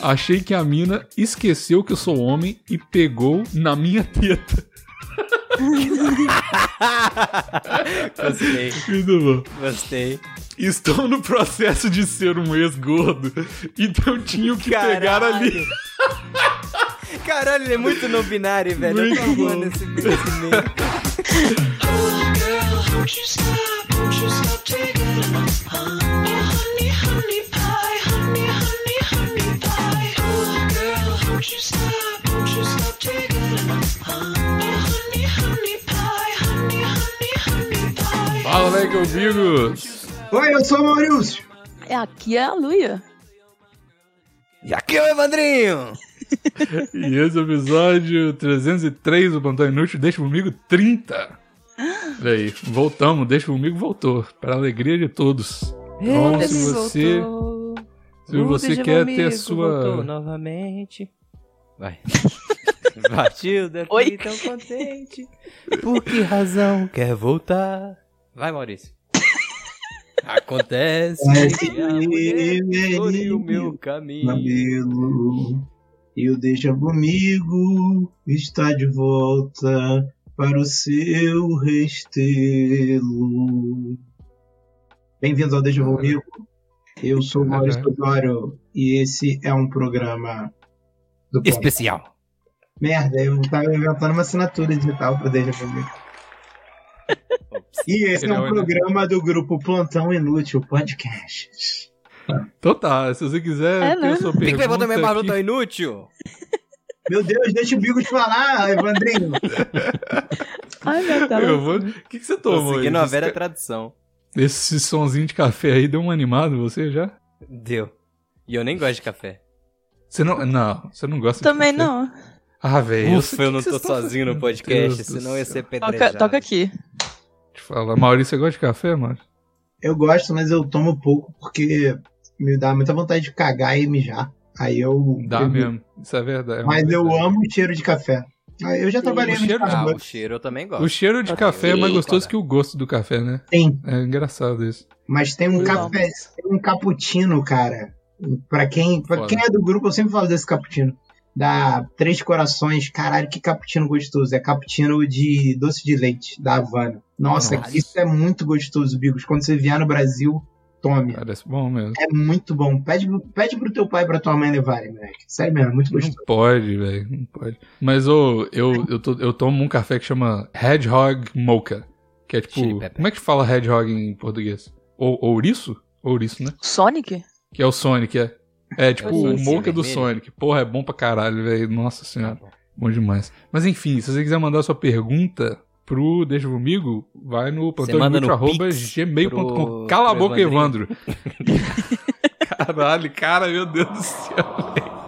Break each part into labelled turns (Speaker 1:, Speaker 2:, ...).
Speaker 1: Achei que a mina esqueceu que eu sou homem e pegou na minha teta.
Speaker 2: Gostei,
Speaker 1: Muito bom.
Speaker 2: gostei.
Speaker 1: Estou no processo de ser um ex-gordo, então tinha que pegar ali.
Speaker 2: Caralho, ele é muito não binário, velho. Eu tô
Speaker 1: Muito bom.
Speaker 2: amando esse, esse meio.
Speaker 3: Oh, girl, won't you stop? Won't you stop taking my time? Oh, honey, honey pie, honey, honey, honey pie. Oh, girl, won't you stop? Won't you stop taking my time? Oh, honey, honey pie, honey, honey, honey pie.
Speaker 1: Fala, velho, que eu digo.
Speaker 4: Oi, eu sou o Maurício.
Speaker 5: É, Aqui é a Luia.
Speaker 2: E aqui é o Evandrinho.
Speaker 1: E esse é o episódio 303 do Plantão Inútil, deixa comigo 30. Peraí, voltamos, deixa comigo voltou, para a alegria de todos. Então,
Speaker 5: Lucas
Speaker 1: se você,
Speaker 2: voltou.
Speaker 1: se você quer ter
Speaker 2: Voltou
Speaker 1: sua.
Speaker 2: novamente. Vai. Matilda,
Speaker 5: Oi.
Speaker 2: fiquei tão contente. Por que razão quer voltar? Vai, Maurício. Acontece que a mulher escolhe o meu caminho.
Speaker 4: Cabelo. E o Deixa Comigo está de volta para o seu restelo. Bem-vindos ao Deixa Comigo. Eu sou o Maurício Osório e esse é um programa do Pop.
Speaker 2: Especial.
Speaker 4: Merda, eu tava inventando uma assinatura digital pro Deixa Comigo. E esse é
Speaker 1: Não,
Speaker 4: um
Speaker 1: né?
Speaker 4: programa do grupo Plantão Inútil Podcast.
Speaker 1: Então tá, se você quiser
Speaker 5: É,
Speaker 1: ter
Speaker 5: né?
Speaker 1: sua
Speaker 2: Tem que levantar minha barba
Speaker 1: pergunta.
Speaker 2: tão
Speaker 1: aqui-
Speaker 2: inútil.
Speaker 4: Meu Deus, deixa o Bigo te falar, Evandrinho.
Speaker 5: Ai, meu
Speaker 1: Eu
Speaker 5: Deus.
Speaker 1: vou... O que, é- que você tomou?
Speaker 2: Tô
Speaker 1: aí?
Speaker 2: seguindo a
Speaker 1: Esse
Speaker 2: velha tradução.
Speaker 1: Esse sonzinho de café aí deu um animado em você já?
Speaker 2: Deu. E eu nem gosto de café.
Speaker 1: Você não. Não, você não gosta de
Speaker 5: Também
Speaker 1: café?
Speaker 5: não.
Speaker 1: Ah, velho.
Speaker 2: Ufa, eu não tô sozinho no podcast, senão ia ser
Speaker 5: Toca,
Speaker 2: pedrejado.
Speaker 5: toca aqui.
Speaker 1: Te fala, Maurício, você gosta de café, mano?
Speaker 4: Eu gosto, mas eu tomo pouco porque me dá muita vontade de cagar e mijar. Aí eu.
Speaker 1: Dá
Speaker 4: eu-
Speaker 1: mesmo. Isso é verdade. é uma
Speaker 4: Mas eu
Speaker 1: verdade.
Speaker 4: amo o cheiro de café. Aí Eu já
Speaker 5: Sim,
Speaker 4: trabalhei
Speaker 1: o
Speaker 4: no
Speaker 1: cheiro- é
Speaker 2: Ah, o
Speaker 4: Starbucks,
Speaker 2: cheiro eu também gosto.
Speaker 1: O cheiro de
Speaker 5: Ok.
Speaker 1: café é mais
Speaker 5: Sim,
Speaker 1: gostoso
Speaker 2: cara.
Speaker 1: que o gosto do café, né?
Speaker 4: tem,
Speaker 1: É engraçado isso.
Speaker 4: mas tem um
Speaker 1: é.
Speaker 5: Eu
Speaker 4: café, tem um cappuccino, cara. Pra quem, pra
Speaker 1: Foda.
Speaker 4: quem é do grupo, eu sempre falo desse cappuccino. Da Três Corações, caralho, que cappuccino gostoso. É cappuccino de doce de leite, da Havana. Nossa,
Speaker 1: Nossa.
Speaker 4: isso é muito gostoso, Bigos. Quando você vier no Brasil, tome.
Speaker 1: Parece bom mesmo.
Speaker 4: É muito bom. Pede, pede pro teu pai e pra tua mãe levarem, moleque. Sério mesmo, é muito
Speaker 1: Não
Speaker 4: gostoso.
Speaker 1: pode, velho. Não pode. Mas ô, eu, eu, to- eu tomo um café que chama Hedgehog Mocha. Que é
Speaker 2: Chili
Speaker 1: tipo.
Speaker 2: pepper.
Speaker 1: Como é que fala hedgehog em português? Ou, ouriço? Ouriço, né?
Speaker 5: Sonic?
Speaker 1: Que é o Sonic, é. É tipo
Speaker 5: Ouriço.
Speaker 1: o Mocha do
Speaker 2: Vermelho.
Speaker 1: Sonic. Porra, é bom pra caralho, velho. Nossa
Speaker 2: Tá
Speaker 1: senhora.
Speaker 2: bom.
Speaker 1: Bom demais. Mas enfim, se você quiser mandar sua pergunta pro Deixa Comigo, vai no
Speaker 2: Você manda no Pix
Speaker 1: gmail.com.
Speaker 2: pro-
Speaker 1: Cala a
Speaker 2: pro
Speaker 1: boca, Evandro. Caralho, cara, meu Deus do céu. velho.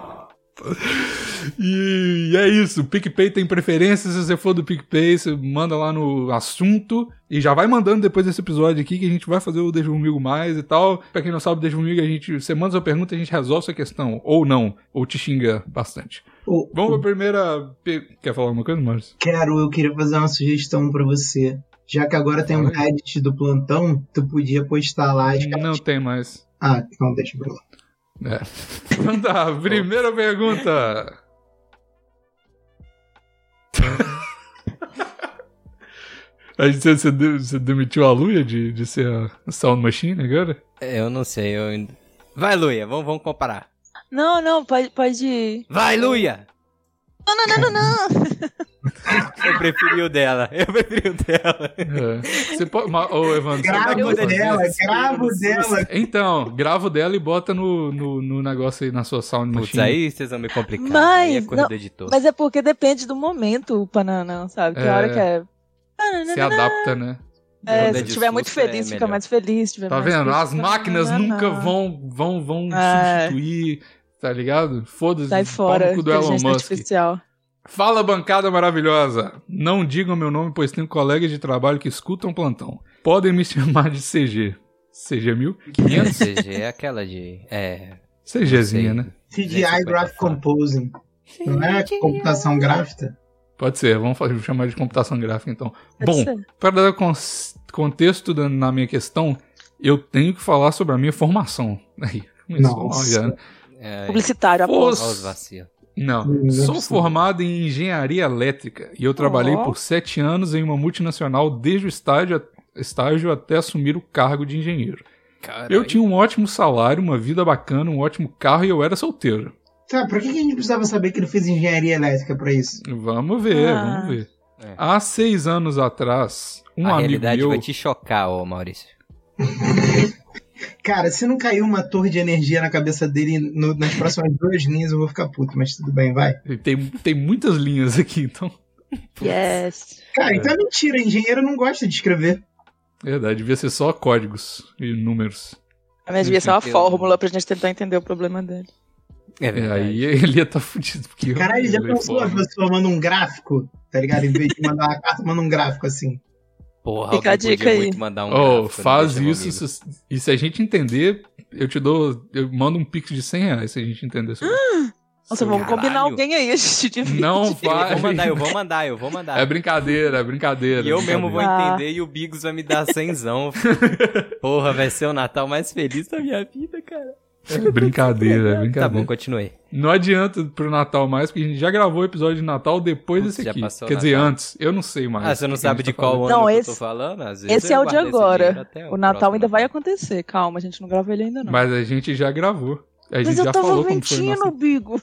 Speaker 1: E é isso, o PicPay tem preferência. Se você for do PicPay, você manda lá no assunto e já vai mandando depois desse episódio aqui que a gente vai fazer o Deixa Comigo mais e tal. Pra quem não sabe, Deixa Comigo, a gente, você manda sua pergunta e a gente resolve sua questão. Ou não, ou te xinga bastante.
Speaker 4: O-
Speaker 1: Vamos
Speaker 4: o-
Speaker 1: pra primeira. pe- Quer falar alguma coisa, Márcio?
Speaker 4: Quero, eu queria fazer uma sugestão pra você. Já que agora tem um
Speaker 1: Olha.
Speaker 4: Reddit do plantão, tu podia postar lá as
Speaker 1: Não
Speaker 4: cartinhas.
Speaker 1: tem mais.
Speaker 4: Ah, não, deixa pra lá.
Speaker 1: É. Então tá, primeira pergunta. A gente, você, de- você demitiu a Luia de, de ser a Sound Machine agora?
Speaker 2: Eu não sei, eu ainda... Vai, Luia, vamos, vamos comparar.
Speaker 5: Não, não, pode, pode ir.
Speaker 2: Vai, Luia!
Speaker 5: Não, não, não, não, não.
Speaker 2: Eu preferi o dela, eu preferi o dela.
Speaker 1: É. Você pode. ma- Ô, Evandro, você pode
Speaker 4: Gravo
Speaker 2: Deus,
Speaker 1: fazer-
Speaker 4: dela,
Speaker 2: Deus,
Speaker 4: gravo
Speaker 2: Deus.
Speaker 4: dela.
Speaker 1: Então, grava o dela e bota no, no, no negócio aí na sua Sound
Speaker 2: Putz,
Speaker 1: Machine.
Speaker 2: aí vocês vão me complicar.
Speaker 5: Mas,
Speaker 2: aí é coisa
Speaker 5: não,
Speaker 2: do editor.
Speaker 5: Mas é porque depende do momento, o Pananã, sabe? Que
Speaker 1: É.
Speaker 5: hora que é. Pananã,
Speaker 1: Você adapta, né?
Speaker 5: é,
Speaker 2: Roda
Speaker 5: se
Speaker 2: de
Speaker 5: estiver muito
Speaker 2: susto é
Speaker 5: feliz, fica
Speaker 2: melhor.
Speaker 5: mais feliz. se tiver
Speaker 1: Tá
Speaker 5: mais
Speaker 1: vendo?
Speaker 5: triste,
Speaker 1: As
Speaker 5: fica-
Speaker 1: máquinas nunca
Speaker 5: Nananana.
Speaker 1: vão vão vão
Speaker 5: É.
Speaker 1: substituir, tá ligado? Foda-se.
Speaker 5: Sai
Speaker 1: pau
Speaker 5: fora,
Speaker 1: no cu do Elon
Speaker 5: inteligência
Speaker 1: Musk.
Speaker 5: artificial.
Speaker 1: Fala, bancada maravilhosa. Não digam meu nome, pois tenho colegas de trabalho que escutam plantão. Podem me chamar de CG. CG é mil?
Speaker 2: Minha CG é aquela de... É...
Speaker 1: CGzinha,
Speaker 2: Sei.
Speaker 1: né?
Speaker 4: CGI Graphic Composing. Não é computação gráfica?
Speaker 1: Pode ser, vamos fa- chamar de computação gráfica então. Bom,
Speaker 5: Pode ser.
Speaker 1: para dar cons- contexto da- na minha questão, eu tenho que falar sobre a minha formação. Aí, começou mal
Speaker 4: Nossa.
Speaker 1: já, né?
Speaker 2: É,
Speaker 5: Publicitário, aposto.
Speaker 1: Força.
Speaker 2: olha os vacilos.
Speaker 1: Não.
Speaker 4: Não é
Speaker 1: Sou
Speaker 4: possível.
Speaker 1: formado em engenharia elétrica e eu trabalhei
Speaker 5: Ó.
Speaker 1: por sete anos em uma multinacional desde o estágio, a- estágio até assumir o cargo de engenheiro. Eu
Speaker 2: Caralho.
Speaker 1: tinha um ótimo salário, uma vida bacana, um ótimo carro e eu era solteiro.
Speaker 4: Tá, por que que a gente precisava saber que ele fez engenharia elétrica pra isso?
Speaker 1: Vamos ver,
Speaker 5: Ah.
Speaker 1: vamos ver.
Speaker 2: É.
Speaker 1: Há seis anos atrás, um
Speaker 2: a
Speaker 1: amigo
Speaker 2: realidade
Speaker 1: meu.
Speaker 2: vai te chocar, ô Maurício.
Speaker 4: Cara, se não caiu uma torre de energia na cabeça dele no- nas próximas duas linhas, eu vou ficar puto, mas tudo bem, vai.
Speaker 1: Tem, tem muitas linhas aqui, então.
Speaker 5: Yes.
Speaker 4: Cara, então é mentira, engenheiro não gosta de escrever.
Speaker 1: é Verdade, devia ser só códigos e números.
Speaker 5: A minha devia ser uma
Speaker 2: Entendeu?
Speaker 5: fórmula pra gente tentar entender o problema dele.
Speaker 2: É
Speaker 1: É,
Speaker 2: verdade.
Speaker 1: aí ele ia estar fudido. Porque eu-
Speaker 4: Caralho, já
Speaker 1: eu leio
Speaker 4: pensou a
Speaker 1: fórmula.
Speaker 4: pessoa manda um gráfico, tá ligado? Em vez de mandar uma carta, manda um gráfico assim.
Speaker 2: Porra,
Speaker 5: Fica
Speaker 2: alguém
Speaker 5: a dica
Speaker 2: podia
Speaker 5: aí.
Speaker 2: muito mandar um
Speaker 1: Oh,
Speaker 2: gráfico,
Speaker 1: faz
Speaker 2: né, meu
Speaker 1: isso.
Speaker 2: amigo?
Speaker 1: se- E se a gente entender, eu te dou. Eu mando um pix de 100 reais se a gente entender isso.
Speaker 5: Nossa, vamos
Speaker 2: Caralho.
Speaker 5: combinar alguém aí, a gente divide.
Speaker 1: Não
Speaker 2: Eu
Speaker 1: faz.
Speaker 2: vou mandar, eu vou mandar, eu vou mandar.
Speaker 1: É brincadeira, é brincadeira.
Speaker 2: E eu mesmo vou
Speaker 1: brincadeira.
Speaker 5: Ah.
Speaker 2: entender e o Bigos vai me dar cenzão. Porra, vai ser o Natal mais feliz da minha vida, cara.
Speaker 1: É brincadeira, é
Speaker 2: Tá
Speaker 1: brincadeira.
Speaker 2: bom, continuei.
Speaker 1: Não adianta pro Natal mais, porque a gente já gravou o episódio de Natal depois
Speaker 2: Putz,
Speaker 1: desse
Speaker 2: já
Speaker 1: aqui.
Speaker 2: passou o
Speaker 1: Quer dizer,
Speaker 2: Natal.
Speaker 1: antes. Eu não sei mais.
Speaker 2: Ah, você não
Speaker 1: o que
Speaker 2: sabe
Speaker 1: a gente
Speaker 2: de
Speaker 1: tá
Speaker 2: qual
Speaker 1: falando.
Speaker 2: ano
Speaker 5: Não,
Speaker 2: que eu tô
Speaker 5: esse-
Speaker 2: falando? Às vezes
Speaker 5: Esse
Speaker 2: eu
Speaker 5: é o de
Speaker 2: guardo esse dinheiro
Speaker 5: agora.
Speaker 2: até
Speaker 5: O Natal
Speaker 2: próximo
Speaker 5: ainda vai acontecer, calma, a gente não gravou ele ainda não.
Speaker 1: Mas a gente já gravou. A gente
Speaker 5: Mas eu
Speaker 1: já
Speaker 5: tava
Speaker 1: falou como foi o nosso
Speaker 5: mentindo, Bigo.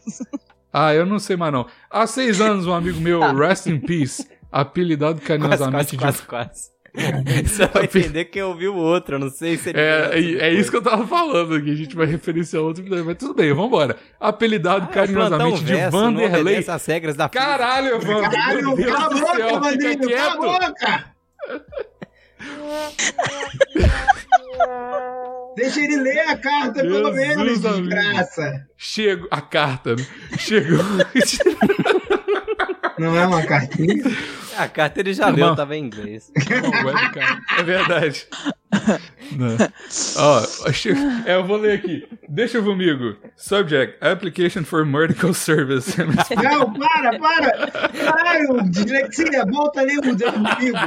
Speaker 1: Ah, eu não sei mais não. Há seis anos, um amigo meu,
Speaker 5: Ah.
Speaker 1: Rest in Peace, apelidado
Speaker 2: Quase,
Speaker 1: carinhosamente
Speaker 2: quase,
Speaker 1: de.
Speaker 2: quase, quase. Você vai entender que eu vi o outro, eu não sei se ele...
Speaker 1: É, é, é isso que eu tava falando aqui. A gente vai referenciar outro episódio, mas tudo bem, vambora. Apelidado
Speaker 4: Ah, é
Speaker 1: carinhosamente de Vanderlei.
Speaker 2: Essas regras da física.
Speaker 1: Caralho, Vanderlei.
Speaker 4: Caralho,
Speaker 1: meu Deus
Speaker 4: cala a
Speaker 1: do céu,
Speaker 4: boca,
Speaker 1: fica
Speaker 4: Rodrigo, cala a
Speaker 1: quieto.
Speaker 4: boca! Deixa ele ler a carta, pelo
Speaker 1: Jesus,
Speaker 4: menos,
Speaker 1: amigo.
Speaker 4: desgraça.
Speaker 1: Chego. A carta, né? Chegou.
Speaker 4: Não é uma cartinha?
Speaker 2: A carta ele já
Speaker 1: Irmão.
Speaker 2: leu, tava em inglês.
Speaker 1: Não, webcam. É verdade. Não. Ó, che- é, eu vou ler aqui. Deixa comigo. Subject: Application for Medical Service.
Speaker 4: Não, para, para! Caralho, dislexia, volta ali o dedo comigo.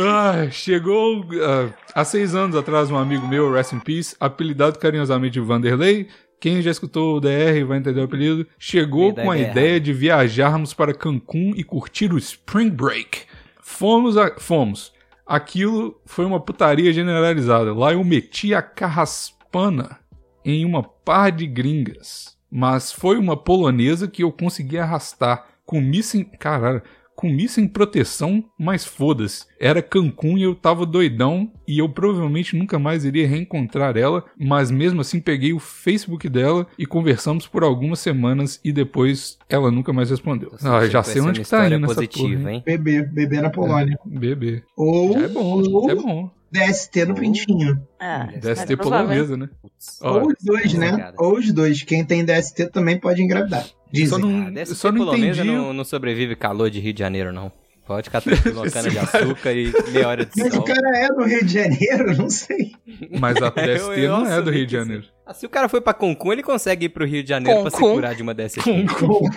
Speaker 1: Ah, chegou ah, há seis anos atrás um amigo meu, Rest in Peace, apelidado carinhosamente de Vanderlei. Quem já escutou o DR vai entender o apelido. Chegou
Speaker 2: Vida
Speaker 1: com a
Speaker 2: é guerra.
Speaker 1: ideia de viajarmos para Cancún e curtir o Spring Break. Fomos, a- fomos. Aquilo foi uma putaria generalizada. Lá eu meti a carraspana em uma par de gringas. Mas foi uma polonesa que eu consegui arrastar. Comi sem. Caralho. Comi sem proteção, mas foda-se. Era Cancún e eu tava doidão e eu provavelmente nunca mais iria reencontrar ela, mas mesmo assim peguei o Facebook dela e conversamos por algumas semanas e depois ela nunca mais respondeu.
Speaker 2: Tô
Speaker 1: Ah, já
Speaker 2: sentindo
Speaker 1: sei
Speaker 2: essa
Speaker 1: onde que tá
Speaker 2: história
Speaker 1: indo essa
Speaker 2: positiva,
Speaker 1: porra, hein?
Speaker 2: hein?
Speaker 4: Bebê, bebê na Polônia.
Speaker 1: Bebê.
Speaker 4: Ou,
Speaker 1: Já é bom,
Speaker 4: ou
Speaker 1: já é bom.
Speaker 4: DST no pintinho.
Speaker 5: Ah,
Speaker 1: Hum, Deve
Speaker 5: mas
Speaker 1: ter
Speaker 5: provavelmente-
Speaker 1: polonesa, né?
Speaker 2: Putz.
Speaker 1: Ó,
Speaker 4: ou os dois, né?
Speaker 2: Obrigado.
Speaker 4: Ou os dois. Quem tem DST também pode engravidar. Dizem.
Speaker 1: Só não-
Speaker 2: Ah, dessa
Speaker 1: só não
Speaker 2: polonesa
Speaker 1: entendi.
Speaker 2: não, não sobrevive calor de Rio de Janeiro, não. Pode ficar tranquilo, uma cana de açúcar e meia hora de
Speaker 4: Mas o
Speaker 2: sol.
Speaker 4: cara é do Rio de Janeiro, não sei.
Speaker 1: Mas a
Speaker 2: Eu-
Speaker 1: DST
Speaker 2: eu
Speaker 1: não é do Rio
Speaker 2: assumi
Speaker 1: de
Speaker 2: que sim.
Speaker 1: Janeiro.
Speaker 2: Ah, se o cara foi pra Cancún, ele consegue ir pro Rio de Janeiro pra
Speaker 5: Cancún?
Speaker 2: se curar de uma dessas.
Speaker 4: Cancún.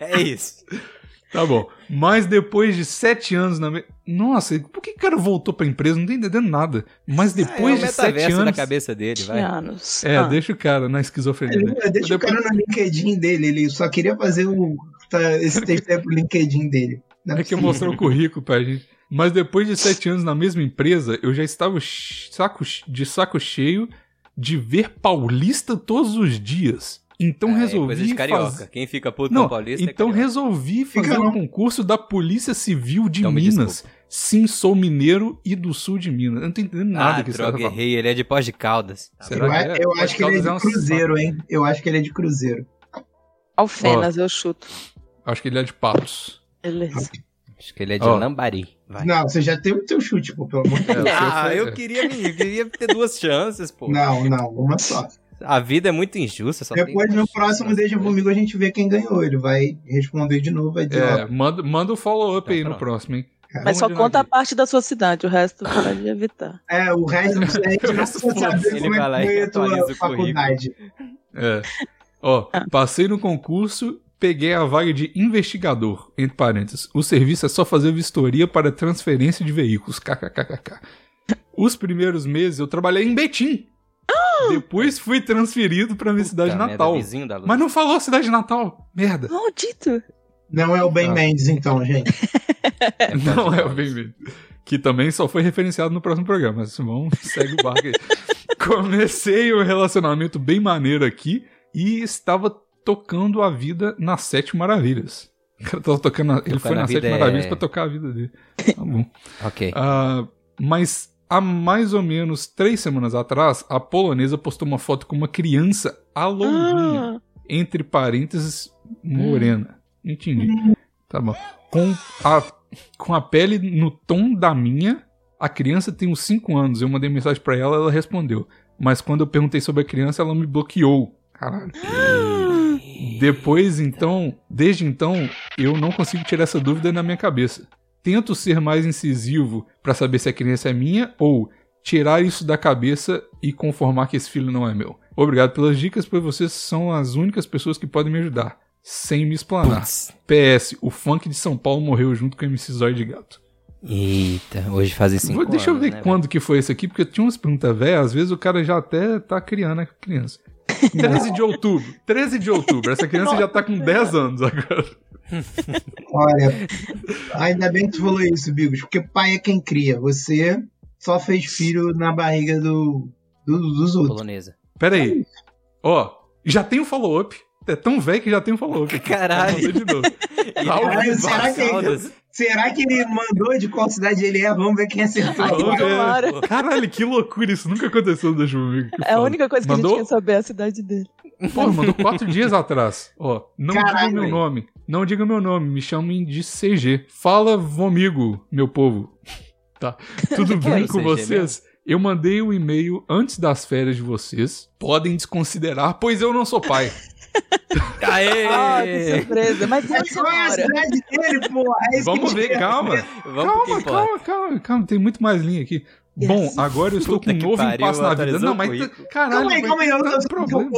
Speaker 2: É isso.
Speaker 1: Tá bom. Mas depois de sete anos na. me- Nossa, por que o cara voltou pra empresa? Não tô entendendo nada. Mas depois
Speaker 2: é o
Speaker 1: de sete
Speaker 2: metaverso
Speaker 1: anos.
Speaker 2: da cabeça dele, vai.
Speaker 5: Anos.
Speaker 1: É,
Speaker 5: Ah.
Speaker 1: deixa o cara na
Speaker 2: é,
Speaker 1: esquizofrenia. né?
Speaker 4: Deixa o cara no LinkedIn dele. Ele só queria fazer o, tá, esse texto aí pro LinkedIn dele. Não
Speaker 1: É que eu mostrei o currículo pra gente. Mas depois de sete anos na mesma empresa, eu já estava ch- saco, ch- de saco cheio de ver paulista todos os dias. Então
Speaker 2: É,
Speaker 1: resolvi.
Speaker 2: Coisa de carioca.
Speaker 1: faz-
Speaker 2: Quem fica puto
Speaker 1: Não,
Speaker 2: com paulista
Speaker 1: então
Speaker 2: é carioca.
Speaker 1: resolvi
Speaker 4: Fica
Speaker 1: fazer o
Speaker 4: não.
Speaker 1: concurso da Polícia Civil de
Speaker 2: Então me
Speaker 1: Minas. Sim, sou mineiro e do sul de Minas. Eu não tô entendendo nada
Speaker 2: ah,
Speaker 1: que esse cara
Speaker 2: droga,
Speaker 1: tá falando.
Speaker 2: errei. Ele é de Pós de Caldas. Tá
Speaker 1: Será?
Speaker 4: Eu, a- eu
Speaker 1: Mas
Speaker 4: acho que ele é
Speaker 1: Caldas é um
Speaker 4: de Cruzeiro, hein? Eu acho que ele é de Cruzeiro.
Speaker 5: Alfenas, eu chuto.
Speaker 1: Acho que ele é de Patos.
Speaker 5: Beleza.
Speaker 2: bom. Acho que ele é de
Speaker 1: Ó.
Speaker 2: Lambari. Vai.
Speaker 4: Não, você já teve o teu chute, pô, pelo amor de Deus.
Speaker 2: Ah,
Speaker 1: eu
Speaker 2: eu queria, me- eu queria ter duas chances, pô.
Speaker 4: Não, não, uma só.
Speaker 2: A vida é muito injusta. Só
Speaker 4: Depois
Speaker 2: tem...
Speaker 4: no próximo Deixa Comigo a gente vê quem ganhou. Ele vai responder de novo, vai dizer,
Speaker 1: É,
Speaker 4: ó,
Speaker 1: manda, manda o follow-up
Speaker 2: Tá,
Speaker 1: aí no
Speaker 2: pronto.
Speaker 1: próximo, hein?
Speaker 5: Mas só
Speaker 1: Vamos
Speaker 5: conta a
Speaker 1: adiantar
Speaker 5: parte da sua cidade, o resto pode evitar.
Speaker 4: é, o resto não sei, a gente não precisa
Speaker 2: Ele
Speaker 4: saber como é
Speaker 2: vai lá
Speaker 4: que
Speaker 2: e
Speaker 4: foi a
Speaker 2: atualiza
Speaker 4: tua
Speaker 2: o currículo.
Speaker 4: faculdade.
Speaker 1: aqui. É. Ó,
Speaker 5: Ah.
Speaker 1: passei no concurso, peguei a vaga de investigador, entre parênteses. O serviço é só fazer vistoria para transferência de veículos, kkkk. Os primeiros meses eu trabalhei em Betim,
Speaker 5: Ah!
Speaker 1: Depois fui transferido pra minha cidade
Speaker 2: Puta
Speaker 1: natal.
Speaker 2: Tá, Merda, vizinho da luz.
Speaker 1: Mas não falou cidade natal. Merda.
Speaker 5: Maldito!
Speaker 4: Não é o Ben
Speaker 2: Ah.
Speaker 4: Mendes, então, gente.
Speaker 2: É pra
Speaker 1: Não
Speaker 2: ajudar.
Speaker 1: é o bem-vindo. Que também só foi referenciado no próximo programa. mas Vamos, segue o barco aí. Comecei um relacionamento bem maneiro aqui e estava tocando a vida nas Sete Maravilhas. O cara tava tocando. a- Ele
Speaker 2: Tocar
Speaker 1: foi
Speaker 2: na
Speaker 1: nas
Speaker 2: vida
Speaker 1: Sete Maravilhas
Speaker 2: é-
Speaker 1: pra tocar a vida dele. Tá bom.
Speaker 2: Ok.
Speaker 1: Ah, mas há mais ou menos três semanas atrás, a polonesa postou uma foto com uma criança alourdinha,
Speaker 5: Ah,
Speaker 1: entre parênteses, morena. Entendi. Tá bom. Com a, com a pele no tom da minha, a criança tem uns 5 anos. Eu mandei mensagem pra ela, ela respondeu. Mas quando eu perguntei sobre a criança, ela me bloqueou. Caralho.
Speaker 5: Ah!
Speaker 1: Ah. Depois, então, desde então, eu não consigo tirar essa dúvida na minha cabeça. Tento ser mais incisivo pra saber se a criança é minha ou tirar isso da cabeça e conformar que esse filho não é meu. Obrigado pelas dicas, pois vocês são as únicas pessoas que podem me ajudar, sem me explanar.
Speaker 2: Putz.
Speaker 1: PS, o funk de São Paulo morreu junto com o MC Zóio de Gato.
Speaker 2: Eita, hoje fazem cinco
Speaker 1: Vou- deixa eu
Speaker 2: anos,
Speaker 1: ver
Speaker 2: né,
Speaker 1: quando que foi isso aqui, porque eu tinha umas perguntas velhas, às vezes o cara já até tá criando a criança. 13 de outubro. 13 de outubro. Essa criança já tá com 10 anos agora.
Speaker 4: Olha, ainda bem que tu falou isso, Bigos, porque pai é quem cria. Você só fez filho na barriga do, do- dos
Speaker 2: velho?
Speaker 4: outros.
Speaker 2: Polonesa.
Speaker 1: Pera
Speaker 4: É
Speaker 1: aí. Ó, já tem um follow-up. É tão velho que já tem um follow-up. aqui.
Speaker 2: Caralho.
Speaker 1: Mandou de novo. Ao
Speaker 4: Caralho,
Speaker 1: vivo.
Speaker 4: será que- Será que ele mandou de qual cidade ele é? Vamos ver quem acertou.
Speaker 1: Vamos ver.
Speaker 5: tomara.
Speaker 1: Caralho, que loucura. Isso nunca aconteceu no Deixa Comigo.
Speaker 5: é a única coisa que a
Speaker 1: Mandou?
Speaker 5: gente quer saber é a cidade dele.
Speaker 1: Pô, mandou quatro dias atrás. Ó, não diga
Speaker 4: Caralho,
Speaker 1: meu
Speaker 4: velho.
Speaker 1: nome. Não diga meu nome. Me chamem de CG. Fala comigo, meu povo. Tá. Tudo
Speaker 2: Que é
Speaker 1: bem
Speaker 2: o
Speaker 1: com
Speaker 2: CG
Speaker 1: vocês? Eu mandei o e-mail antes das férias de vocês. Podem desconsiderar, pois eu não sou pai. É.
Speaker 5: Ah, que
Speaker 2: Aê!
Speaker 5: surpresa. Mas e a
Speaker 4: Mas qual é a
Speaker 5: senhora?
Speaker 4: cidade dele, porra? É isso
Speaker 1: Vamos
Speaker 4: que
Speaker 1: ver, calma.
Speaker 2: Vamos pro
Speaker 1: calma,
Speaker 2: que importa.
Speaker 1: calma, calma, calma. Tem muito mais linha aqui.
Speaker 5: Yes.
Speaker 1: Bom, agora eu estou
Speaker 2: Puta
Speaker 1: com um
Speaker 2: que
Speaker 1: novo
Speaker 2: pariu,
Speaker 1: impasse na vida.
Speaker 2: atualizou
Speaker 1: Não,
Speaker 2: o
Speaker 1: mas.
Speaker 2: currículo.
Speaker 1: Caralho,
Speaker 4: Calma aí,
Speaker 1: mas
Speaker 4: calma aí. Eu,
Speaker 1: tem
Speaker 4: eu,
Speaker 1: tanto
Speaker 4: eu,
Speaker 1: problema.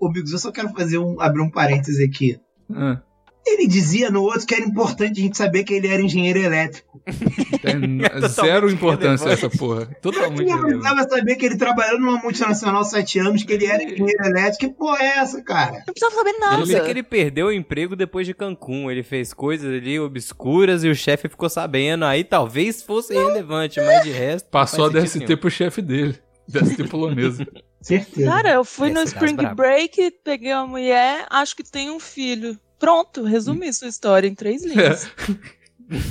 Speaker 4: o, Bigos, eu só quero fazer um, abrir um parênteses aqui.
Speaker 1: Ah,
Speaker 4: Ele dizia no outro que era importante a gente saber que ele era engenheiro elétrico.
Speaker 1: tem
Speaker 2: totalmente
Speaker 1: é zero importância
Speaker 2: relevante.
Speaker 1: essa porra. Totalmente.
Speaker 4: Eu
Speaker 1: relevante.
Speaker 4: precisava saber que ele trabalhou numa multinacional há sete anos, que ele era engenheiro elétrico. Que porra é essa, cara?
Speaker 5: Não precisava saber
Speaker 2: Eu sei que
Speaker 5: nada.
Speaker 2: ele perdeu o emprego depois de Cancún. Ele fez coisas ali obscuras e o chefe ficou sabendo. Aí talvez fosse relevante, mas de resto. não
Speaker 1: Passou a
Speaker 2: faz
Speaker 1: DST
Speaker 2: sentido
Speaker 1: pro chefe dele. DST polonesa.
Speaker 4: Certeza.
Speaker 5: Cara, eu fui no
Speaker 2: Essa das
Speaker 5: Spring
Speaker 2: braba.
Speaker 5: Break, peguei uma mulher, acho que tem um filho. Pronto, resumi sua história em três linhas.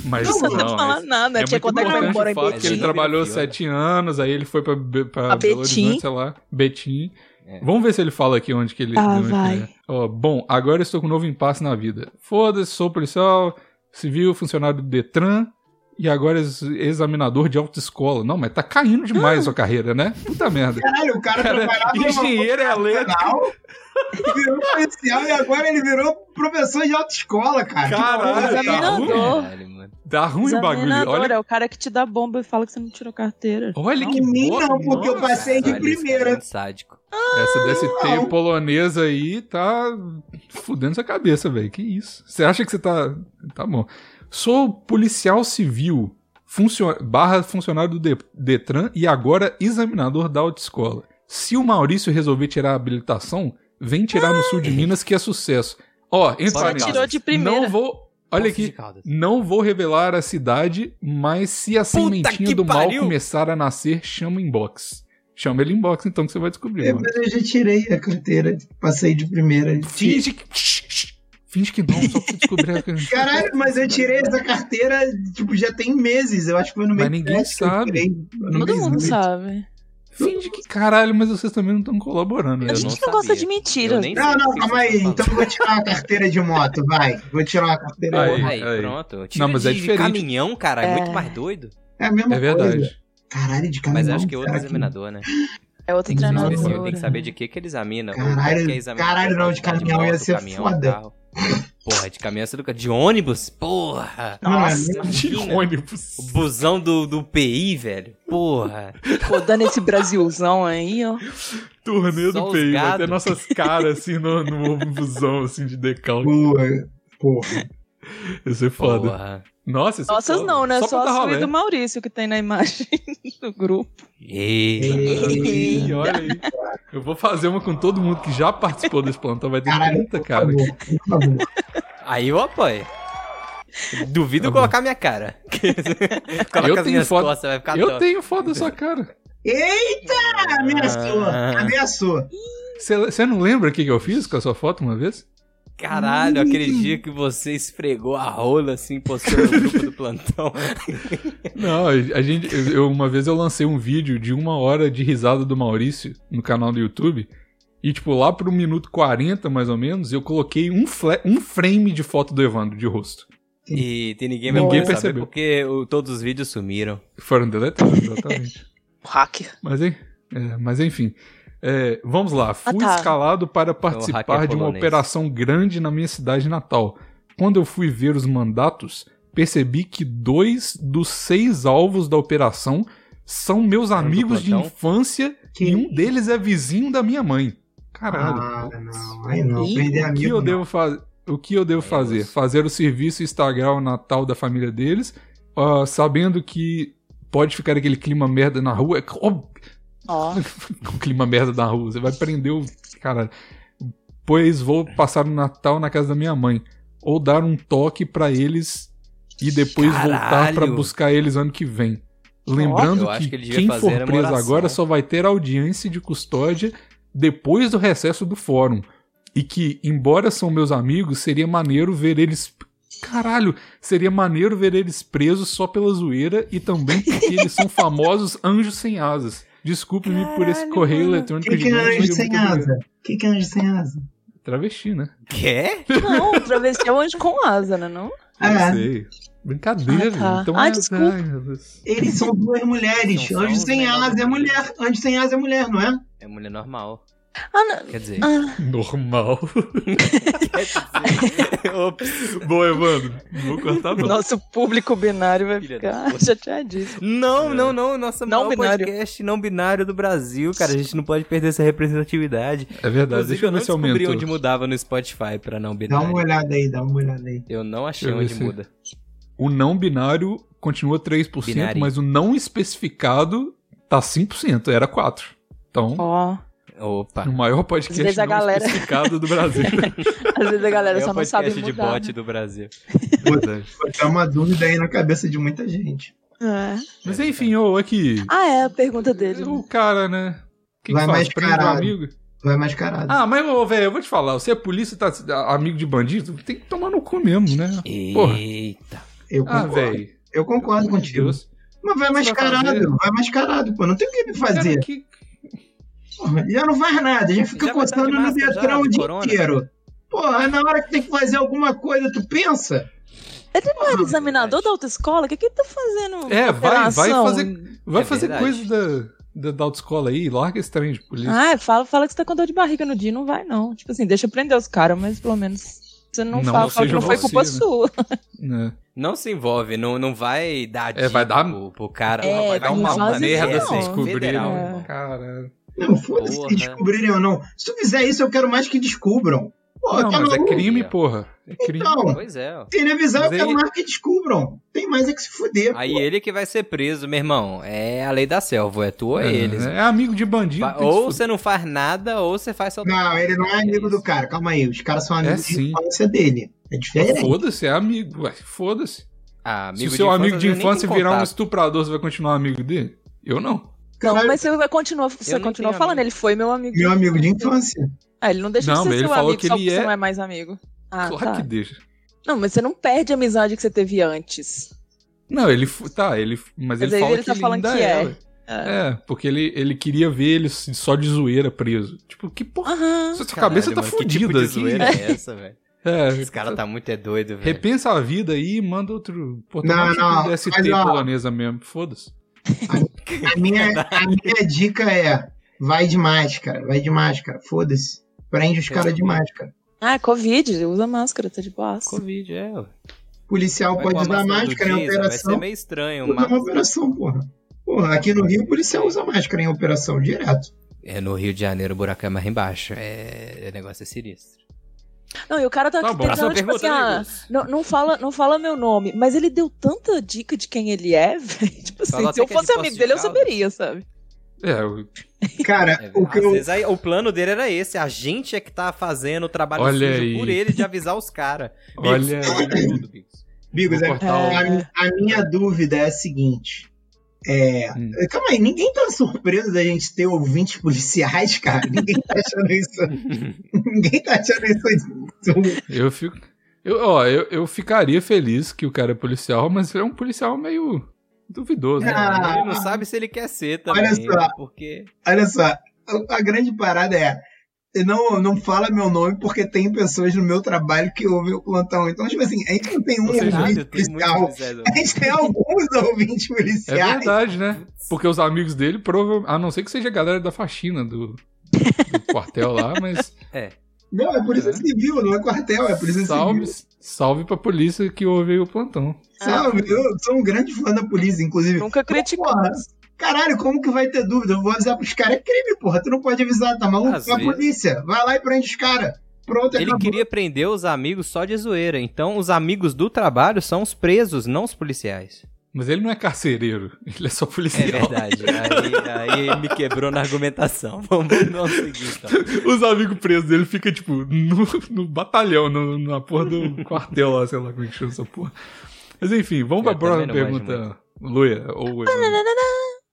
Speaker 1: Mas
Speaker 5: Não,
Speaker 1: É, não,
Speaker 5: não, não falar
Speaker 1: mas
Speaker 5: nada.
Speaker 1: é
Speaker 5: tinha
Speaker 1: muito
Speaker 5: contar que foi
Speaker 1: importante
Speaker 5: embora
Speaker 1: o
Speaker 5: em
Speaker 1: fato que ele
Speaker 5: Betim.
Speaker 1: trabalhou
Speaker 2: Pior, né?
Speaker 1: sete anos, aí ele foi pra, Be- pra
Speaker 5: Pra
Speaker 1: Belo
Speaker 5: Betim.
Speaker 1: Horizonte, sei lá, Betim.
Speaker 2: É.
Speaker 1: Vamos ver se ele fala aqui onde que ele...
Speaker 5: Ah,
Speaker 1: onde que
Speaker 5: vai.
Speaker 1: ele é. Ó, bom, agora eu estou com um novo impasse na vida. Foda-se, sou policial, civil, funcionário do Detran e agora ex- examinador de autoescola. Não, mas tá caindo demais a sua carreira, né? Puta merda.
Speaker 4: Caralho, o cara, trabalhava numa
Speaker 1: Engenheiro é letra.
Speaker 4: multinacional, virou policial e agora ele virou professor de autoescola, cara. Que
Speaker 1: Caralho,
Speaker 4: porra, é
Speaker 1: tá
Speaker 5: Examinador.
Speaker 1: ruim.
Speaker 2: Caralho, mano.
Speaker 1: Tá ruim o bagulho.
Speaker 5: Examinador,
Speaker 1: Olha
Speaker 5: é o cara que te dá bomba e fala que você não tirou carteira.
Speaker 1: Olha
Speaker 5: Não.
Speaker 1: que
Speaker 4: Em mim
Speaker 1: boa-
Speaker 4: não, porque eu
Speaker 1: Nossa,
Speaker 4: passei de
Speaker 2: Olha, esse
Speaker 4: primeira.
Speaker 2: cara é muito Sádico.
Speaker 1: Essa DST
Speaker 4: não.
Speaker 1: polonesa aí tá fudendo sua cabeça, velho. Que isso? Você acha que você tá. Tá bom. Sou policial civil, funcio- barra funcionário do De- Detran e agora examinador da autoescola. Se o Maurício resolver tirar a habilitação, vem tirar no sul de Minas que é sucesso. Ó, entre
Speaker 2: Só
Speaker 1: parênteses,
Speaker 5: tirou de primeira.
Speaker 1: Não vou. Olha
Speaker 2: Poços de
Speaker 1: aqui.
Speaker 2: Caldas.
Speaker 1: Não vou revelar a cidade, mas se a sementinha
Speaker 2: que
Speaker 1: do mal
Speaker 2: pariu!
Speaker 1: começar a nascer, chama o inbox. Chama ele inbox, então, que você vai descobrir. mano.
Speaker 4: Depois eu já tirei a carteira, passei de primeira.
Speaker 1: Finge que. Shh, shh. Finge que não, só pra você descobrir. a-
Speaker 4: Caralho, mas eu tirei essa carteira, tipo, já tem meses. Eu acho que foi no
Speaker 1: Mas
Speaker 4: meio do
Speaker 1: ninguém
Speaker 4: mês que eu
Speaker 1: sabe.
Speaker 4: tirei. No
Speaker 5: Todo
Speaker 4: mês
Speaker 5: mundo
Speaker 4: do-
Speaker 5: sabe.
Speaker 1: Finge que caralho, mas vocês também não estão colaborando. né?
Speaker 5: a
Speaker 2: Eu
Speaker 5: gente
Speaker 2: não
Speaker 5: não, gosta
Speaker 2: sabia.
Speaker 5: de
Speaker 2: Eu
Speaker 5: mentiras.
Speaker 2: nem sei
Speaker 4: Não,
Speaker 2: o
Speaker 4: não,
Speaker 2: que
Speaker 4: calma
Speaker 2: vocês
Speaker 4: aí.
Speaker 2: estão
Speaker 4: Então eu vou tirar uma carteira de moto, vai. Vou tirar uma carteira
Speaker 1: Aí.
Speaker 4: de moto.
Speaker 2: falando. Aí,
Speaker 1: Aí.
Speaker 2: pronto.
Speaker 1: Não, mas é
Speaker 2: de
Speaker 1: diferente.
Speaker 2: caminhão, cara, é,
Speaker 5: É.
Speaker 2: muito mais doido.
Speaker 4: É a mesma
Speaker 1: É
Speaker 4: coisa.
Speaker 1: verdade.
Speaker 4: Caralho, de caminhão.
Speaker 2: Mas acho que é outro
Speaker 4: será
Speaker 2: examinador, né?
Speaker 5: É outro
Speaker 4: Tem que saber
Speaker 5: treinador.
Speaker 1: se
Speaker 2: Ele tem que saber de que que ele examina. o
Speaker 4: Caralho,
Speaker 2: cara que é examinador,
Speaker 4: caralho, não, de
Speaker 2: tá
Speaker 4: caminhão ia
Speaker 2: moto,
Speaker 4: ser foda.
Speaker 2: carro. Porra, de caminhão ia ser do ca- De ônibus? Porra!
Speaker 4: Nossa,
Speaker 1: De um
Speaker 2: imagina.
Speaker 1: ônibus.
Speaker 2: O busão do, do PI, velho. Porra.
Speaker 5: Rodando esse Brasilzão aí, ó.
Speaker 1: Turnê
Speaker 2: Só
Speaker 1: do
Speaker 2: os
Speaker 1: PI. Vai
Speaker 2: gado.
Speaker 1: ter nossas caras assim no, no busão assim, de decalque.
Speaker 4: Boa, porra.
Speaker 1: Ia ser foda.
Speaker 2: Porra.
Speaker 1: Nossa, ia ser
Speaker 5: Nossas
Speaker 1: foda.
Speaker 5: não, né? Só,
Speaker 1: pra dar
Speaker 5: a sua
Speaker 1: rolê.
Speaker 5: e do Maurício que tem na imagem do grupo.
Speaker 2: E...
Speaker 1: Ih, olha aí. Eu vou fazer uma com todo mundo que já participou desse plantão. Vai ter
Speaker 4: Caralho,
Speaker 1: muita
Speaker 4: Por
Speaker 1: cara.
Speaker 4: favor, por favor.
Speaker 2: Aí eu apoio. Duvido
Speaker 1: Tá bom.
Speaker 2: colocar minha cara. Coloca
Speaker 1: Eu
Speaker 2: as
Speaker 1: tenho
Speaker 2: minhas
Speaker 1: foto-
Speaker 2: costas, vai ficar
Speaker 1: Eu
Speaker 2: top.
Speaker 1: tenho foda da sua cara.
Speaker 4: Eita! Ameaçou!
Speaker 2: Ah.
Speaker 4: Ameaçou!
Speaker 1: Você não lembra o que, que eu fiz com a sua foto uma vez?
Speaker 2: Caralho,
Speaker 1: Hum.
Speaker 2: aquele dia que você esfregou a rola assim, postou no grupo do plantão.
Speaker 1: Não, a gente, eu, uma vez eu lancei um vídeo de uma hora de risada do Maurício no canal do YouTube. E, tipo, lá pro minuto 40, mais ou menos, eu coloquei um, fla- um frame de foto do Evandro de rosto.
Speaker 2: E tem ninguém
Speaker 1: Ninguém
Speaker 2: vai saber
Speaker 1: percebeu.
Speaker 2: porque o- todos os vídeos sumiram.
Speaker 1: Foram deletados, exatamente.
Speaker 5: Hacker.
Speaker 1: mas, en- é, mas enfim. É, vamos lá. Fui
Speaker 5: tá.
Speaker 1: escalado para
Speaker 2: hacker
Speaker 1: participar de uma
Speaker 2: polonês.
Speaker 1: operação grande na minha cidade natal. Quando eu fui ver os mandatos, percebi que dois dos seis alvos da operação são meus
Speaker 2: do
Speaker 1: amigos de
Speaker 2: plantão?
Speaker 1: infância E um deles é vizinho da minha mãe. Caralho.
Speaker 4: Ah, não, aí não.
Speaker 5: Ih,
Speaker 4: Perder
Speaker 1: o que
Speaker 4: amigo.
Speaker 1: eu um
Speaker 4: não.
Speaker 1: devo fazer? O que eu devo fazer? Fazer o serviço Instagram Natal da família deles, ah, sabendo que pode ficar aquele clima merda na rua. É óbvio
Speaker 5: Ó.
Speaker 1: com clima merda na rua. Você vai prender o. Cara. Pois vou passar o Natal na casa da minha mãe. Ou dar um toque pra eles e depois voltar
Speaker 2: Caralho!
Speaker 1: pra buscar eles ano que vem. Lembrando
Speaker 2: Eu acho
Speaker 1: que,
Speaker 2: que ele devia
Speaker 1: quem
Speaker 2: fazer
Speaker 1: for
Speaker 2: era uma
Speaker 1: preso
Speaker 2: oração.
Speaker 1: agora só vai ter audiência de custódia depois do recesso do fórum. E que, embora são meus amigos, seria maneiro ver eles. Caralho, seria maneiro ver eles presos só pela zoeira e também porque eles são famosos anjos sem asas. Desculpe-me por esse
Speaker 2: Caralho,
Speaker 1: correio
Speaker 2: mano.
Speaker 1: eletrônico
Speaker 4: Que que é
Speaker 1: gigante, mas
Speaker 4: anjo
Speaker 1: eu um
Speaker 4: sem
Speaker 1: muito obrigado.
Speaker 4: asa? Que que é anjo sem asa?
Speaker 1: Travesti, né?
Speaker 2: Quê?
Speaker 5: Não, o travesti é o anjo com asa, né? Não?
Speaker 4: Ah,
Speaker 1: Não sei. Brincadeira,
Speaker 5: Ah, tá.
Speaker 1: então
Speaker 5: Ah,
Speaker 1: é-
Speaker 5: desculpa.
Speaker 1: Ai, meu Deus.
Speaker 4: eles são duas mulheres.
Speaker 2: Não são,
Speaker 4: Anjo sem
Speaker 2: né?
Speaker 4: asa é mulher. Anjo sem asa é mulher, não é?
Speaker 2: É mulher normal.
Speaker 5: Ah, não.
Speaker 2: Quer dizer.
Speaker 5: Ah,
Speaker 1: Normal.
Speaker 5: Ah.
Speaker 2: Ops.
Speaker 1: Boa, Evandro. Não vou cortar, não.
Speaker 5: nosso público binário vai
Speaker 2: Filha
Speaker 5: ficar chateadíssimo.
Speaker 2: Não, não, não. Nossa,
Speaker 5: Não
Speaker 2: maior
Speaker 5: binário.
Speaker 2: podcast não binário do Brasil, cara. A gente não pode perder essa representatividade.
Speaker 1: É verdade, deixa eu
Speaker 2: Inclusive,
Speaker 1: ver se
Speaker 2: não descobri
Speaker 1: aumenta.
Speaker 2: onde mudava no Spotify pra não
Speaker 4: Dá
Speaker 2: binário.
Speaker 4: uma olhada aí, dá uma olhada aí.
Speaker 2: Eu não achei
Speaker 1: é. Deixa eu ver
Speaker 2: onde
Speaker 1: se-
Speaker 2: muda.
Speaker 1: O não binário continua 3%,
Speaker 2: Binário.
Speaker 1: mas o não especificado tá 5%, era 4%. Então,
Speaker 5: Ó.
Speaker 2: Opa.
Speaker 1: o maior
Speaker 5: Às vezes
Speaker 1: podcast
Speaker 5: a
Speaker 1: não
Speaker 5: galera-
Speaker 1: especificado do Brasil.
Speaker 5: Às vezes a galera
Speaker 2: é
Speaker 5: só
Speaker 2: o
Speaker 5: não sabe
Speaker 2: podcast de
Speaker 5: mudar. né?
Speaker 2: bot do Brasil.
Speaker 1: Verdade.
Speaker 4: Botar uma dúvida aí na cabeça de muita gente.
Speaker 5: né? É.
Speaker 1: mas enfim, ô, aqui.
Speaker 5: Ah, é a pergunta dele. né?
Speaker 1: O cara, né? O que que
Speaker 4: Vai
Speaker 1: faz?
Speaker 4: mais
Speaker 1: Prende o
Speaker 4: caralho.
Speaker 1: amigo?
Speaker 4: Vai mascarado.
Speaker 1: Ah, mas, ô, velho, eu vou te falar. Você é polícia e tá ah, amigo de bandido? Tem que tomar no cu mesmo, né? Porra.
Speaker 2: Eita.
Speaker 4: eu
Speaker 1: Ah,
Speaker 4: concordo.
Speaker 1: velho.
Speaker 4: eu concordo contigo.
Speaker 1: Deus.
Speaker 4: Mas vai
Speaker 1: Você vai
Speaker 4: mascarado, vai,
Speaker 1: fazer?
Speaker 4: mascarado, pô. Não tem o que fazer.
Speaker 1: Cara, que-
Speaker 4: Porra, já não faz nada, já fica
Speaker 2: Já vai estar de
Speaker 4: coçando no
Speaker 2: máscara já,
Speaker 4: Detran o
Speaker 2: de
Speaker 4: dia
Speaker 2: corona?
Speaker 4: inteiro. Porra, na hora que tem que fazer alguma coisa, tu pensa?
Speaker 5: Ele não era Um examinador
Speaker 2: verdade.
Speaker 5: da autoescola? O que, que ele tá fazendo?
Speaker 1: É, vai- vai
Speaker 5: Operação?
Speaker 1: fazer- Vai
Speaker 2: É
Speaker 1: fazer
Speaker 2: verdade.
Speaker 1: coisa da, da, da autoescola aí, larga esse trem de polícia.
Speaker 5: Ah, fala, fala que você tá com dor de barriga no dia. Não vai, não. Tipo assim, deixa eu prender os caras, mas pelo menos você não,
Speaker 1: Não
Speaker 5: fala, fala que
Speaker 1: seja
Speaker 5: não foi
Speaker 1: você,
Speaker 5: culpa
Speaker 1: né?
Speaker 5: sua.
Speaker 1: né?
Speaker 2: Não se envolve, não, não vai dar
Speaker 1: É, vai dar-
Speaker 2: pro, pro cara.
Speaker 5: É,
Speaker 2: lá, vai
Speaker 5: vai
Speaker 2: dar uma
Speaker 5: fazer
Speaker 2: merda
Speaker 5: isso,
Speaker 2: sem
Speaker 5: não.
Speaker 1: descobrir. né?
Speaker 2: Federal,
Speaker 5: É.
Speaker 2: irmão.
Speaker 1: Cara.
Speaker 4: Não, foda-se
Speaker 2: Porra.
Speaker 4: se descobrirem ou não. Se tu fizer isso, eu quero mais que descubram. Porra,
Speaker 1: Não,
Speaker 4: tá
Speaker 1: mas é
Speaker 4: maluco?
Speaker 1: crime, porra. É crime.
Speaker 4: Então,
Speaker 2: Pois é, ó.
Speaker 4: sem avisar,
Speaker 1: Mas
Speaker 4: eu quero
Speaker 1: aí-
Speaker 4: mais que descubram. Tem mais é que se fuder.
Speaker 2: Aí
Speaker 4: pô.
Speaker 2: ele que vai ser preso, meu irmão. É a lei da selva, é tu ou é, eles.
Speaker 1: É amigo de bandido.
Speaker 2: Fa-
Speaker 1: tem que se
Speaker 2: Ou
Speaker 1: fuder.
Speaker 2: você não faz nada, ou você faz só.
Speaker 4: Não, ele não é amigo do
Speaker 2: isso.
Speaker 4: cara. Calma aí, os caras são amigos de
Speaker 1: sim.
Speaker 4: infância dele. É diferente.
Speaker 1: Foda-se, é amigo. Ué, foda-se.
Speaker 2: Ah, amigo
Speaker 1: Se o seu amigo de
Speaker 2: eu nem tenho
Speaker 1: infância virar um
Speaker 2: contato.
Speaker 1: estuprador, você vai continuar amigo dele? Eu não.
Speaker 5: Não,
Speaker 4: Caralho,
Speaker 5: mas você vai continuar, você
Speaker 2: não
Speaker 5: continua
Speaker 2: tenho
Speaker 5: falando,
Speaker 2: amigo.
Speaker 5: ele foi meu amigo.
Speaker 4: Meu amigo de infância.
Speaker 5: Ah, ele não deixa
Speaker 1: Não,
Speaker 5: de
Speaker 1: mas
Speaker 5: ser
Speaker 1: ele
Speaker 5: seu
Speaker 1: falou
Speaker 5: amigo,
Speaker 1: que
Speaker 5: só
Speaker 1: ele
Speaker 5: porque você
Speaker 1: é-
Speaker 5: não é mais amigo. Ah,
Speaker 1: claro
Speaker 5: tá.
Speaker 1: que deixa.
Speaker 5: Não, mas você não perde a amizade que você teve antes.
Speaker 1: Não, ele. fu- Tá, ele. Mas ele
Speaker 5: aí
Speaker 1: fala
Speaker 5: ele
Speaker 1: que
Speaker 5: tá
Speaker 1: ele
Speaker 5: falando
Speaker 1: ainda
Speaker 5: que
Speaker 1: é.
Speaker 5: é.
Speaker 1: ué. É, porque ele, ele queria ver ele só de zoeira preso. Tipo, que porra.
Speaker 5: Aham.
Speaker 1: Sua
Speaker 2: Caralho,
Speaker 1: cabeça tá
Speaker 2: mano,
Speaker 1: fudida.
Speaker 2: Que tipo de
Speaker 1: que-
Speaker 2: zoeira é essa, velho?
Speaker 1: É,
Speaker 2: Esse cara tá muito é doido, velho.
Speaker 1: Repensa a vida aí e manda outro. Pô, um
Speaker 4: Não,
Speaker 1: não,
Speaker 4: não,
Speaker 1: DST
Speaker 4: mas, ó.
Speaker 1: polonesa mesmo. Foda-se.
Speaker 4: A
Speaker 2: É
Speaker 4: minha, a minha dica é: vai de máscara, vai de máscara. Foda-se. Prende os caras de máscara.
Speaker 5: Ah, é Covid, usa máscara, tá de boas.
Speaker 2: Covid, é. ué.
Speaker 4: Policial
Speaker 2: Vai
Speaker 4: pode
Speaker 2: com a
Speaker 4: usar
Speaker 2: máscara do
Speaker 4: máscara em
Speaker 2: diesel, Vai ser
Speaker 4: operação.
Speaker 2: meio estranho.
Speaker 4: Usa uma
Speaker 2: Mas...
Speaker 4: operação, porra. Porra, aqui no Rio o policial usa máscara em operação direto.
Speaker 2: É no Rio de Janeiro, o buraco é mais embaixo. É... O negócio é sinistro.
Speaker 5: Não, e o cara tá,
Speaker 1: Tá
Speaker 5: aqui
Speaker 1: bom.
Speaker 2: Próxima
Speaker 5: tentando, tipo
Speaker 2: pergunta, é
Speaker 5: assim, ah,
Speaker 2: amigos.
Speaker 5: não, não fala, não fala meu nome, mas ele deu tanta dica de quem ele é, velho. Tipo assim,
Speaker 2: Fala
Speaker 5: se eu
Speaker 2: até que é de
Speaker 5: fosse amigo
Speaker 2: Poços de
Speaker 5: dele, eu
Speaker 2: Caldas.
Speaker 5: saberia, sabe?
Speaker 1: É,
Speaker 2: né?
Speaker 1: eu-
Speaker 2: É
Speaker 4: Cara, o que
Speaker 2: Às
Speaker 4: eu.
Speaker 2: vezes aí, o plano dele era esse. A gente é que tá fazendo o trabalho
Speaker 1: Olha
Speaker 2: sujo
Speaker 1: aí.
Speaker 2: por ele de avisar os caras.
Speaker 1: olha.
Speaker 2: tudo, Bigos.
Speaker 4: Bigos,
Speaker 1: Vou
Speaker 4: a,
Speaker 1: cortar o-
Speaker 4: é, a mi- a minha dúvida é a seguinte. É,
Speaker 1: Hum.
Speaker 4: Calma aí, ninguém tá surpreso da gente ter ouvintes policiais, cara. Ninguém tá achando isso. ninguém tá achando isso.
Speaker 1: Eu fico. Eu, ó, eu, eu ficaria feliz que o cara é policial, mas ele é um policial meio duvidoso, né?
Speaker 4: Ah.
Speaker 2: Ele não sabe se ele quer ser também.
Speaker 4: Olha só.
Speaker 2: né? Porque...
Speaker 4: Olha só, a- a grande parada é. Não, não fala meu nome porque tem pessoas no meu trabalho que ouvem o plantão. Então, tipo assim, a gente não tem um
Speaker 1: Ou seja,
Speaker 4: ouvinte
Speaker 2: Caralho, tem muito
Speaker 4: policial.
Speaker 2: Moisés, ó.
Speaker 4: A gente tem alguns ouvintes
Speaker 1: É
Speaker 4: policiais.
Speaker 1: verdade, né? Porque os amigos dele, provavelmente. A não ser que seja a galera da faxina do, do quartel lá, mas.
Speaker 4: não, é polícia
Speaker 1: É.
Speaker 4: civil, não é quartel, é polícia
Speaker 1: salve,
Speaker 4: civil.
Speaker 1: salve pra polícia que ouve o plantão.
Speaker 4: Salve, eu sou um grande fã da polícia, inclusive.
Speaker 5: Nunca criticamos.
Speaker 4: Caralho, como que vai ter dúvida? Eu vou avisar pros caras. É crime, porra. Tu não pode avisar, tá maluco?
Speaker 2: Às
Speaker 4: É a
Speaker 2: vezes.
Speaker 4: polícia. Vai lá e prende os caras. Pronto,
Speaker 2: Ele
Speaker 4: acabou.
Speaker 2: queria prender os amigos só de zoeira. Então, os amigos do trabalho são os presos, não os policiais.
Speaker 1: Mas ele não é carcereiro, ele é só policial.
Speaker 2: É verdade. Aí, aí me quebrou na argumentação. Vamos, vamos seguir, então.
Speaker 1: Os amigos presos dele fica, tipo, no, no batalhão, no- na porra do quartel lá, sei lá como é que chama essa porra. Mas enfim, vamos
Speaker 2: Eu
Speaker 1: pra próxima
Speaker 2: também não manjo
Speaker 1: pergunta, Luia. Ou
Speaker 5: Ah,
Speaker 1: Evandro.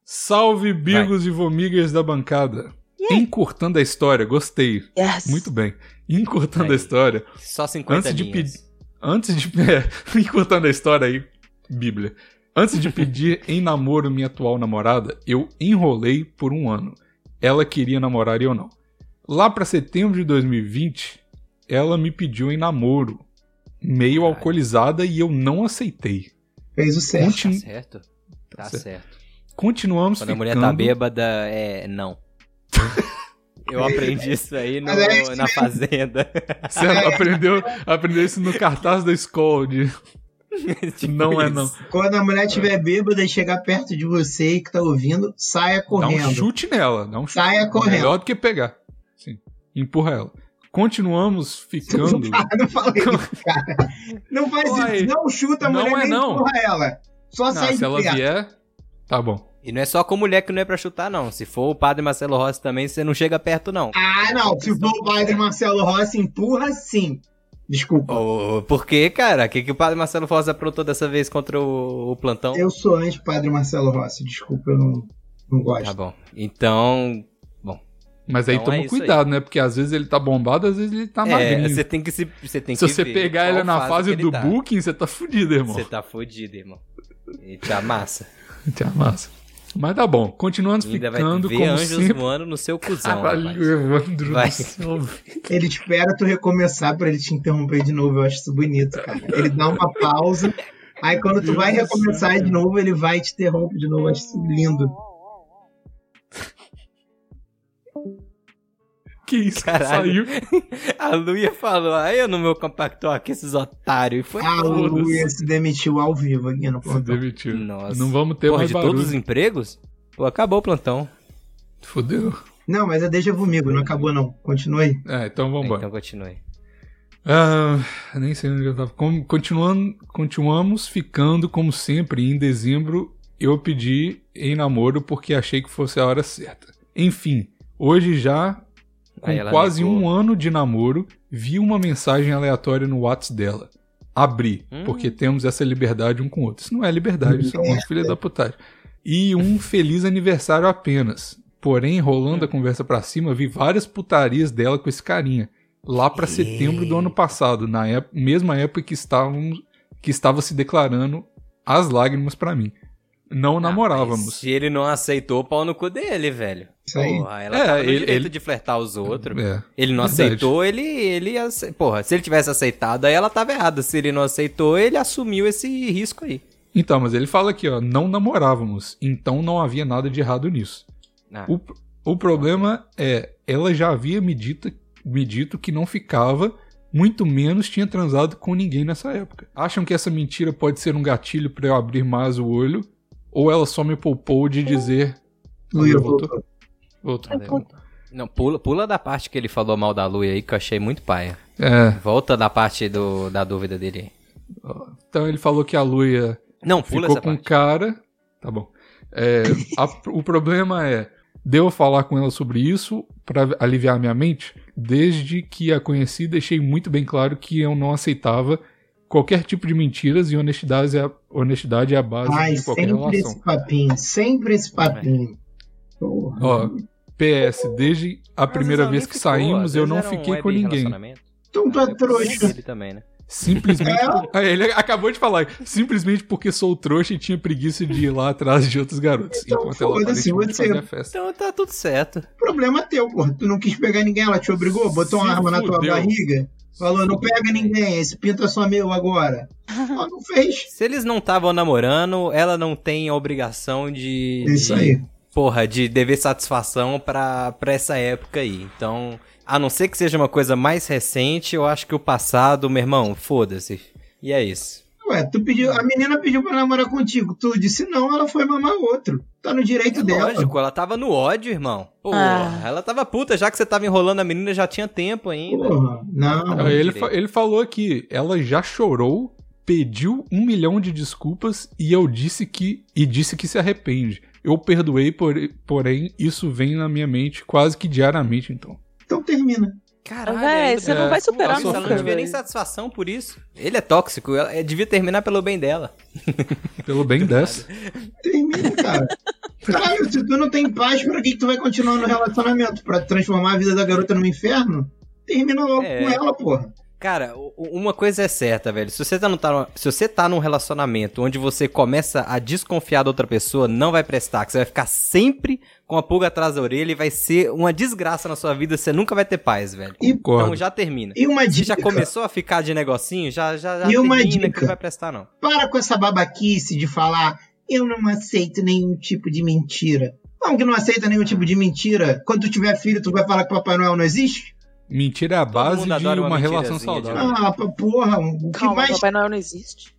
Speaker 1: Salve, bigos e vomigas da bancada. Encurtando a história, gostei.
Speaker 5: Yes.
Speaker 1: Muito bem. Encurtando
Speaker 2: Aí.
Speaker 1: a história.
Speaker 2: Só 50
Speaker 1: Antes de
Speaker 2: linhas. Tá
Speaker 1: Antes de. É, encurtando a história aí, Bíblia. Antes de pedir em namoro minha atual namorada, eu enrolei por um ano. Ela queria namorar e eu não. Lá pra setembro de 2020, ela me pediu em namoro, meio
Speaker 2: Caralho.
Speaker 1: alcoolizada e eu não aceitei.
Speaker 4: Fez o certo.
Speaker 2: Tá
Speaker 1: Continu-
Speaker 2: certo?
Speaker 1: Tá
Speaker 2: Tá
Speaker 1: certo.
Speaker 2: certo.
Speaker 1: Continuamos
Speaker 2: Quando a
Speaker 1: ficando.
Speaker 2: mulher tá bêbada, é. Não. Eu aprendi isso aí no-
Speaker 4: Mas é isso
Speaker 2: na fazenda.
Speaker 1: Você aprendeu, aprendeu isso no cartaz da escola de
Speaker 2: Tipo
Speaker 1: não é
Speaker 2: isso.
Speaker 1: não.
Speaker 4: Quando a mulher
Speaker 1: É.
Speaker 4: estiver bêbada e chegar perto de você que tá ouvindo, saia
Speaker 1: Dá um
Speaker 4: correndo.
Speaker 1: chute nela, dá um chute.
Speaker 4: Saia correndo.
Speaker 1: Melhor do que pegar. Sim. Empurra ela. Continuamos ficando.
Speaker 4: Ah, não fala isso, cara. Não faz
Speaker 1: Uai.
Speaker 4: isso. Não chuta a
Speaker 1: Não
Speaker 4: mulher
Speaker 1: é
Speaker 4: nem
Speaker 1: não.
Speaker 4: empurra ela. Só
Speaker 1: Ah,
Speaker 4: sai de
Speaker 1: se ela
Speaker 4: perto.
Speaker 1: vier, tá bom.
Speaker 2: E não é só com mulher que não é pra chutar, não. Se for o padre Marcelo Rossi também, você não chega perto, não.
Speaker 4: Ah, não. Se for o padre Marcelo Rossi, empurra sim. Desculpa.
Speaker 2: Ô, por quê, cara? O que, que o padre Marcelo Rossi aprontou dessa vez contra o, o plantão?
Speaker 4: Eu sou anti-padre Marcelo Rossi. Desculpa, eu não, não gosto.
Speaker 2: Tá bom. Então.
Speaker 1: Mas aí
Speaker 2: Então é
Speaker 1: toma
Speaker 2: isso aí.
Speaker 1: cuidado, né? Porque às vezes ele tá bombado, às vezes ele tá
Speaker 2: é,
Speaker 1: magrinho.
Speaker 2: você tem que se. Você tem
Speaker 1: se
Speaker 2: que
Speaker 1: você
Speaker 2: ver
Speaker 1: pegar
Speaker 2: qual
Speaker 1: ele na fase
Speaker 2: que ele
Speaker 1: do
Speaker 2: tá.
Speaker 1: booking, você tá fudido, irmão.
Speaker 2: Você tá fudido, irmão. E te amassa.
Speaker 1: Te amassa. Então é Mas tá bom. Continuando
Speaker 2: Ainda vai
Speaker 1: ficando
Speaker 2: ver
Speaker 1: como
Speaker 2: anjos
Speaker 1: sempre.
Speaker 2: voando no seu cuzão. rapaz.
Speaker 1: Caralho, Evandro
Speaker 2: Vai.
Speaker 1: do céu.
Speaker 4: Ele espera tu recomeçar pra ele te interromper de novo. Eu acho isso bonito, cara. Ele dá uma pausa. Aí quando tu vai recomeçar
Speaker 1: é.
Speaker 4: de novo, ele vai e te interrompe de novo. Eu acho isso lindo.
Speaker 1: Que isso? Saiu.
Speaker 2: Caralho. A Luia falou, aí eu no meu compacto aqui, esses otários. E foi.
Speaker 1: Ah,
Speaker 4: A
Speaker 1: Foda-se.
Speaker 4: Luia Ah, se demitiu ao vivo aqui no
Speaker 1: Se
Speaker 4: plantão.
Speaker 1: demitiu.
Speaker 2: Nossa.
Speaker 1: Não vamos ter
Speaker 2: Porra,
Speaker 1: mais
Speaker 2: de
Speaker 1: barulho.
Speaker 2: todos os empregos? Pô, acabou o plantão.
Speaker 1: Fudeu.
Speaker 4: Não, mas é deixa comigo, não acabou não. Continua aí.
Speaker 1: É, então vambora.
Speaker 2: Então continue.
Speaker 1: Ah, nem sei onde eu tava. Com- continuando, continuamos ficando como sempre. Em dezembro eu pedi em namoro porque achei que fosse a hora certa. Enfim, hoje já
Speaker 2: Aí
Speaker 1: com
Speaker 2: ela
Speaker 1: quase
Speaker 2: negou.
Speaker 1: um ano de namoro, vi uma mensagem aleatória no WhatsApp dela. Abri,
Speaker 2: Hum.
Speaker 1: porque temos essa liberdade um com o outro. Isso não é liberdade, isso é uma filha da putagem. E um feliz aniversário apenas. Porém, rolando a
Speaker 2: Hum.
Speaker 1: conversa pra cima, vi várias putarias dela com esse carinha. Lá pra setembro do ano passado, na ép- mesma época que, estávamos, que estava se declarando as lágrimas pra mim. Não
Speaker 2: Ah, Mas
Speaker 1: namorávamos.
Speaker 2: Se ele não aceitou, pau no cu dele, velho.
Speaker 4: Isso aí.
Speaker 2: Porra, ela
Speaker 1: É,
Speaker 2: tava no
Speaker 1: ele-
Speaker 2: direito
Speaker 1: ele-
Speaker 2: de flertar os outros.
Speaker 1: É.
Speaker 2: Ele não
Speaker 1: Verdade.
Speaker 2: aceitou, ele, ele... ace- Porra, se ele tivesse aceitado, aí ela tava errada. Se ele não aceitou, ele assumiu esse risco aí.
Speaker 1: Então, mas ele fala aqui, ó, não namorávamos, então não havia nada de errado nisso.
Speaker 2: Ah,
Speaker 1: O, o problema é, ela já havia me dito, me dito que não ficava, muito menos tinha transado com ninguém nessa época. Acham que essa mentira pode ser um gatilho pra eu abrir mais o olho? Ou ela só me poupou de dizer.
Speaker 4: Luia
Speaker 1: Voltou?
Speaker 4: voltou.
Speaker 2: É
Speaker 1: Voltou.
Speaker 2: valeu. Não, pula, pula da parte que ele falou mal da Lui aí, que eu achei muito paia.
Speaker 1: É.
Speaker 2: Volta da parte do, da dúvida dele aí.
Speaker 1: Então ele falou que a Luia
Speaker 2: Não, pula
Speaker 1: ficou
Speaker 2: essa
Speaker 1: com o
Speaker 2: parte.
Speaker 1: cara. Tá bom. É, a- o problema é, deu eu falar com ela sobre isso pra aliviar minha mente? Desde que a conheci, deixei muito bem claro que eu não aceitava qualquer tipo de mentiras e honestidade é a, honestidade é a base
Speaker 4: Ai,
Speaker 1: de qualquer
Speaker 4: sempre assim.
Speaker 1: relação.
Speaker 4: esse papinho, sempre esse papinho. Porra.
Speaker 1: Ó, PS, desde a
Speaker 2: Mas
Speaker 1: primeira
Speaker 2: essa
Speaker 1: vez
Speaker 2: ali
Speaker 1: que
Speaker 2: ficou, às
Speaker 1: saímos, eu
Speaker 2: vezes
Speaker 1: não
Speaker 2: era um
Speaker 1: fiquei
Speaker 2: web
Speaker 1: com ninguém.
Speaker 2: relacionamento.
Speaker 4: Então tu
Speaker 2: Ah,
Speaker 4: é
Speaker 2: eu conheço
Speaker 4: trouxa.
Speaker 2: ele também, né?
Speaker 1: Simplesmente. Ah, Ele acabou de falar. Simplesmente porque sou trouxa e tinha preguiça de ir lá atrás de outros garotos.
Speaker 4: Então,
Speaker 1: enquanto ela
Speaker 4: foda-se,
Speaker 1: aparentemente
Speaker 4: você-
Speaker 1: fazia festa.
Speaker 2: Então tá tudo certo.
Speaker 4: Problema teu, porra. Tu não quis pegar ninguém, ela te obrigou, botou uma
Speaker 1: Se
Speaker 4: arma na tua
Speaker 1: fudeu.
Speaker 4: barriga, falou: não pega ninguém, esse pinto é só meu agora. Ela não fez.
Speaker 2: Se eles não estavam namorando, ela não tem a obrigação de.
Speaker 4: É isso
Speaker 2: de-
Speaker 4: aí.
Speaker 2: Porra, de dever satisfação pra, pra essa época aí. Então, a não ser que seja uma coisa mais recente, eu acho que o passado, meu irmão, foda-se. E é isso.
Speaker 4: Ué, tu pediu, a menina pediu pra namorar contigo. Tu disse não, ela foi mamar outro. Tá no direito
Speaker 1: É
Speaker 4: dela.
Speaker 2: É Lógico, ela tava no ódio, irmão. Porra,
Speaker 5: Ah.
Speaker 2: ela tava puta, já que você tava enrolando a menina já tinha tempo ainda.
Speaker 4: Porra, não.
Speaker 1: Ah, Ele, fa- ele falou aqui, ela já chorou, pediu um milhão de desculpas e eu disse que. e disse que se arrepende. Eu perdoei, por- porém, isso vem na minha mente quase que diariamente, então.
Speaker 4: Então termina.
Speaker 2: Caralho,
Speaker 5: Véi,
Speaker 2: ainda
Speaker 5: você
Speaker 2: bem.
Speaker 1: é, não vai
Speaker 5: superar
Speaker 2: É. Nossa, Ela
Speaker 1: nunca,
Speaker 2: não devia nem
Speaker 5: véi.
Speaker 2: satisfação por isso. Ele é tóxico, ela é, devia terminar pelo bem dela.
Speaker 1: Pelo bem dessa.
Speaker 4: Termina, cara. Caralho, se tu não tem paz, pra que, que tu vai continuar no relacionamento? Pra transformar a vida da garota num inferno? Termina logo
Speaker 2: É.
Speaker 4: com ela, porra.
Speaker 2: Cara, u- u- uma coisa é certa, velho. Se você, tá, no- tá- se você tá num relacionamento onde você começa a desconfiar da outra pessoa, não vai prestar. Que você vai ficar sempre com a pulga atrás da orelha e vai ser uma desgraça na sua vida. Você nunca vai ter paz, velho.
Speaker 4: E,
Speaker 1: Concordo.
Speaker 2: Então já termina.
Speaker 4: e uma
Speaker 2: Se
Speaker 4: dica.
Speaker 2: já começou a ficar de negocinho, já, já, já
Speaker 4: E uma
Speaker 2: termina que
Speaker 4: dica.
Speaker 2: não vai prestar, não.
Speaker 4: Para com essa babaquice de falar eu não aceito nenhum tipo de mentira. Não, que não aceita nenhum tipo de mentira. Quando tu tiver filho, tu vai falar que Papai Noel não existe?
Speaker 1: Mentira é a base
Speaker 2: mundo
Speaker 1: de
Speaker 2: adora
Speaker 1: uma,
Speaker 2: uma
Speaker 1: relação
Speaker 2: mentirazinha de
Speaker 1: saudável.
Speaker 4: Ah, p- porra, o que
Speaker 5: Calma,
Speaker 4: mais.
Speaker 5: Papai Noel não existe.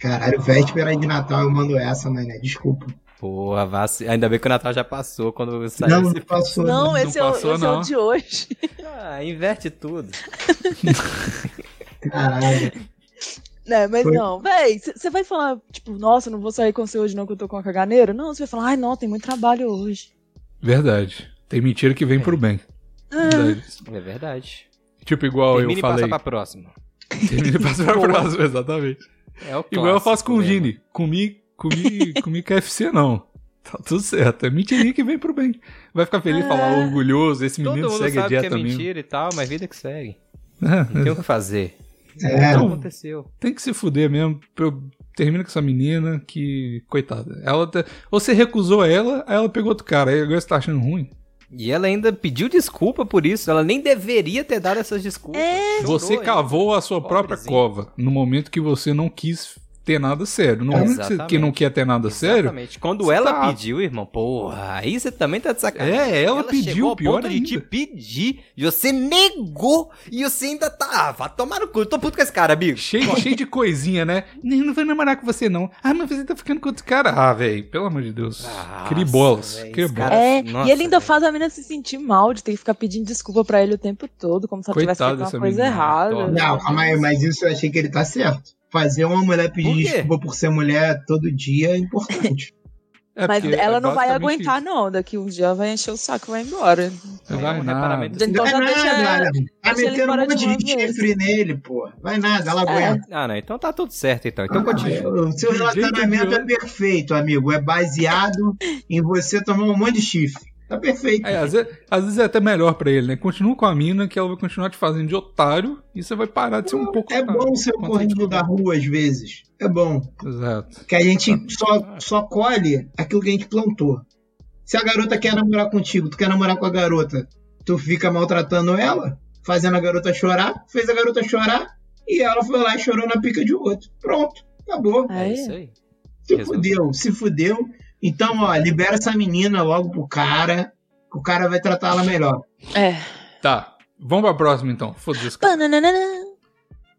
Speaker 4: Caralho, véspera de Natal eu mando essa, né? né? Desculpa.
Speaker 2: Porra, vaci... ainda bem que o Natal já passou quando saiu
Speaker 4: Não,
Speaker 2: esse...
Speaker 4: não passou. né?
Speaker 5: Não,
Speaker 1: não
Speaker 5: esse, é, o,
Speaker 1: passou,
Speaker 5: esse é o
Speaker 1: não.
Speaker 5: de hoje.
Speaker 2: Ah, inverte tudo.
Speaker 4: Caralho.
Speaker 5: É, mas
Speaker 4: Foi.
Speaker 5: não, véi, você vai falar, tipo, nossa, não vou sair com você hoje não, que eu tô com a caganeira? Não, você vai falar, ai não, tem muito trabalho hoje.
Speaker 1: Verdade. Tem mentira que vem pro bem. Verdade.
Speaker 2: É verdade.
Speaker 1: Tipo, igual
Speaker 2: Termina
Speaker 1: eu
Speaker 2: e passa
Speaker 1: falei.
Speaker 2: pra próxima.
Speaker 1: Termina e passa pra próxima, exatamente.
Speaker 2: É o
Speaker 1: Igual eu faço com o
Speaker 2: clássico, né,
Speaker 1: Gini. Comi, comi, comi KFC, não. Tá tudo certo. É mentirinha que vem pro bem. Vai ficar feliz, falar orgulhoso. Esse
Speaker 2: É. Todo
Speaker 1: menino
Speaker 2: mundo
Speaker 1: segue a
Speaker 2: sabe que é
Speaker 1: dieta mesmo.
Speaker 2: mentira e tal, mas vida que segue. Não
Speaker 1: É,
Speaker 2: tem o que fazer.
Speaker 4: É.
Speaker 2: Não
Speaker 1: Então,
Speaker 2: aconteceu.
Speaker 1: tem que se fuder mesmo. Eu termino com essa menina que. Coitada. Ela tá- ou Você recusou ela, aí ela pegou outro cara. Aí agora você tá achando ruim.
Speaker 2: E ela ainda pediu desculpa por isso. Ela nem deveria ter dado essas desculpas. É,
Speaker 1: Você cavou a sua própria
Speaker 2: Pobrezinho.
Speaker 1: cova no momento que você não quis ter nada sério. No momento que você- que não
Speaker 2: É, Exatamente.
Speaker 1: quer ter nada sério,
Speaker 2: Exatamente. Quando
Speaker 1: Você
Speaker 2: ela
Speaker 1: tá-
Speaker 2: pediu, irmão, porra, aí você também tá de sacanagem.
Speaker 1: É, ela pediu,
Speaker 2: chegou ao
Speaker 1: pior
Speaker 2: ponto de te
Speaker 1: ainda.
Speaker 2: pedir, e você negou, e você ainda tá, ah, vá tomar no cu, eu tô puto com esse cara, bicho.
Speaker 1: Cheio, cheio de coisinha, né? Não, não vou namorar com você, não. Ah, mas você tá ficando com outro cara. Ah, velho, pelo amor de Deus.
Speaker 2: Nossa,
Speaker 1: Cribolas.
Speaker 2: véi, esse
Speaker 1: Cribolas.
Speaker 2: cara-
Speaker 5: É,
Speaker 2: Nossa,
Speaker 5: e ele ainda
Speaker 2: velho.
Speaker 5: faz a menina se sentir mal de ter que ficar pedindo desculpa pra ele o tempo todo, como se ela tivesse
Speaker 1: Coitada
Speaker 5: feito
Speaker 1: dessa
Speaker 5: uma coisa
Speaker 1: menina,
Speaker 5: errada.
Speaker 1: torta.
Speaker 4: Não, calma aí, mas isso eu achei que ele tá certo. Fazer uma mulher pedir
Speaker 2: Por quê?
Speaker 4: desculpa por ser mulher todo dia é importante.
Speaker 1: É
Speaker 5: Mas
Speaker 1: porque
Speaker 5: ela
Speaker 1: é
Speaker 5: não vai
Speaker 1: basicamente
Speaker 5: aguentar, não. Daqui um dia ela vai encher o saco e vai embora.
Speaker 1: isso. Não
Speaker 2: É
Speaker 1: Vai
Speaker 2: um
Speaker 1: nada.
Speaker 2: reparamento.
Speaker 5: Então
Speaker 4: Vai
Speaker 5: já deixa
Speaker 4: nada,
Speaker 5: ela.
Speaker 4: tá
Speaker 5: deixa ele
Speaker 4: metendo um
Speaker 5: embora de
Speaker 4: monte
Speaker 5: uma
Speaker 4: de
Speaker 5: vez.
Speaker 4: chifre nele, pô. Vai nada, ela
Speaker 5: É.
Speaker 4: aguenta.
Speaker 2: Ah, não, então tá tudo certo, então. Então continua.
Speaker 4: Ah, o seu
Speaker 1: De né? jeito
Speaker 4: relacionamento
Speaker 1: nenhum.
Speaker 4: é perfeito, amigo. É baseado em você tomar um monte de chifre. Tá perfeito.
Speaker 1: É, às, vezes, às vezes é até melhor pra ele, né? Continua com a mina que ela vai continuar te fazendo de otário e você vai parar de ser um pouco
Speaker 4: É
Speaker 1: otário.
Speaker 4: bom ser o
Speaker 1: Quando
Speaker 4: corrido
Speaker 1: você
Speaker 4: da rua às vezes. É bom.
Speaker 1: Exato.
Speaker 4: Que a gente só, só colhe aquilo que a gente plantou. Se a garota quer namorar contigo, tu quer namorar com a garota, tu fica maltratando ela, fazendo a garota chorar, fez a garota chorar, e ela foi lá e chorou na pica de outro. Pronto, acabou.
Speaker 2: É
Speaker 5: Aí,
Speaker 2: isso aí.
Speaker 4: Se
Speaker 2: Jesus.
Speaker 4: fudeu, se fudeu. Então, ó, libera essa menina logo pro cara, que o cara vai tratar ela melhor.
Speaker 5: é.
Speaker 1: Tá. Vamos pra próxima então. Foda-se. cara.
Speaker 5: Pananana.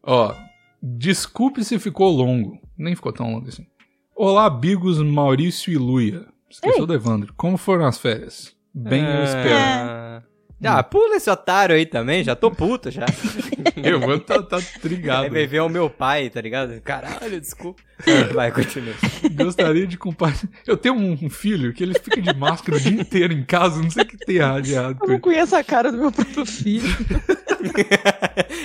Speaker 1: Ó. Desculpe se ficou longo. Nem ficou tão longo assim. Olá, amigos Maurício e Luia. Esqueceu do Evandro. Como foram as férias? Bem eu espero.
Speaker 2: Ah, Ah, pula esse otário aí também, já tô puto já.
Speaker 1: Eu vou tá, tá
Speaker 2: Aí
Speaker 1: trigado.
Speaker 2: vai ver o meu pai, tá ligado? Caralho, desculpa. Vai, continua.
Speaker 1: Gostaria de compartilhar. Eu tenho um filho que ele fica de máscara o dia inteiro em casa, não sei o que tem errado de errado
Speaker 5: Eu
Speaker 1: com
Speaker 5: não
Speaker 1: ele.
Speaker 5: conheço a cara do meu próprio filho.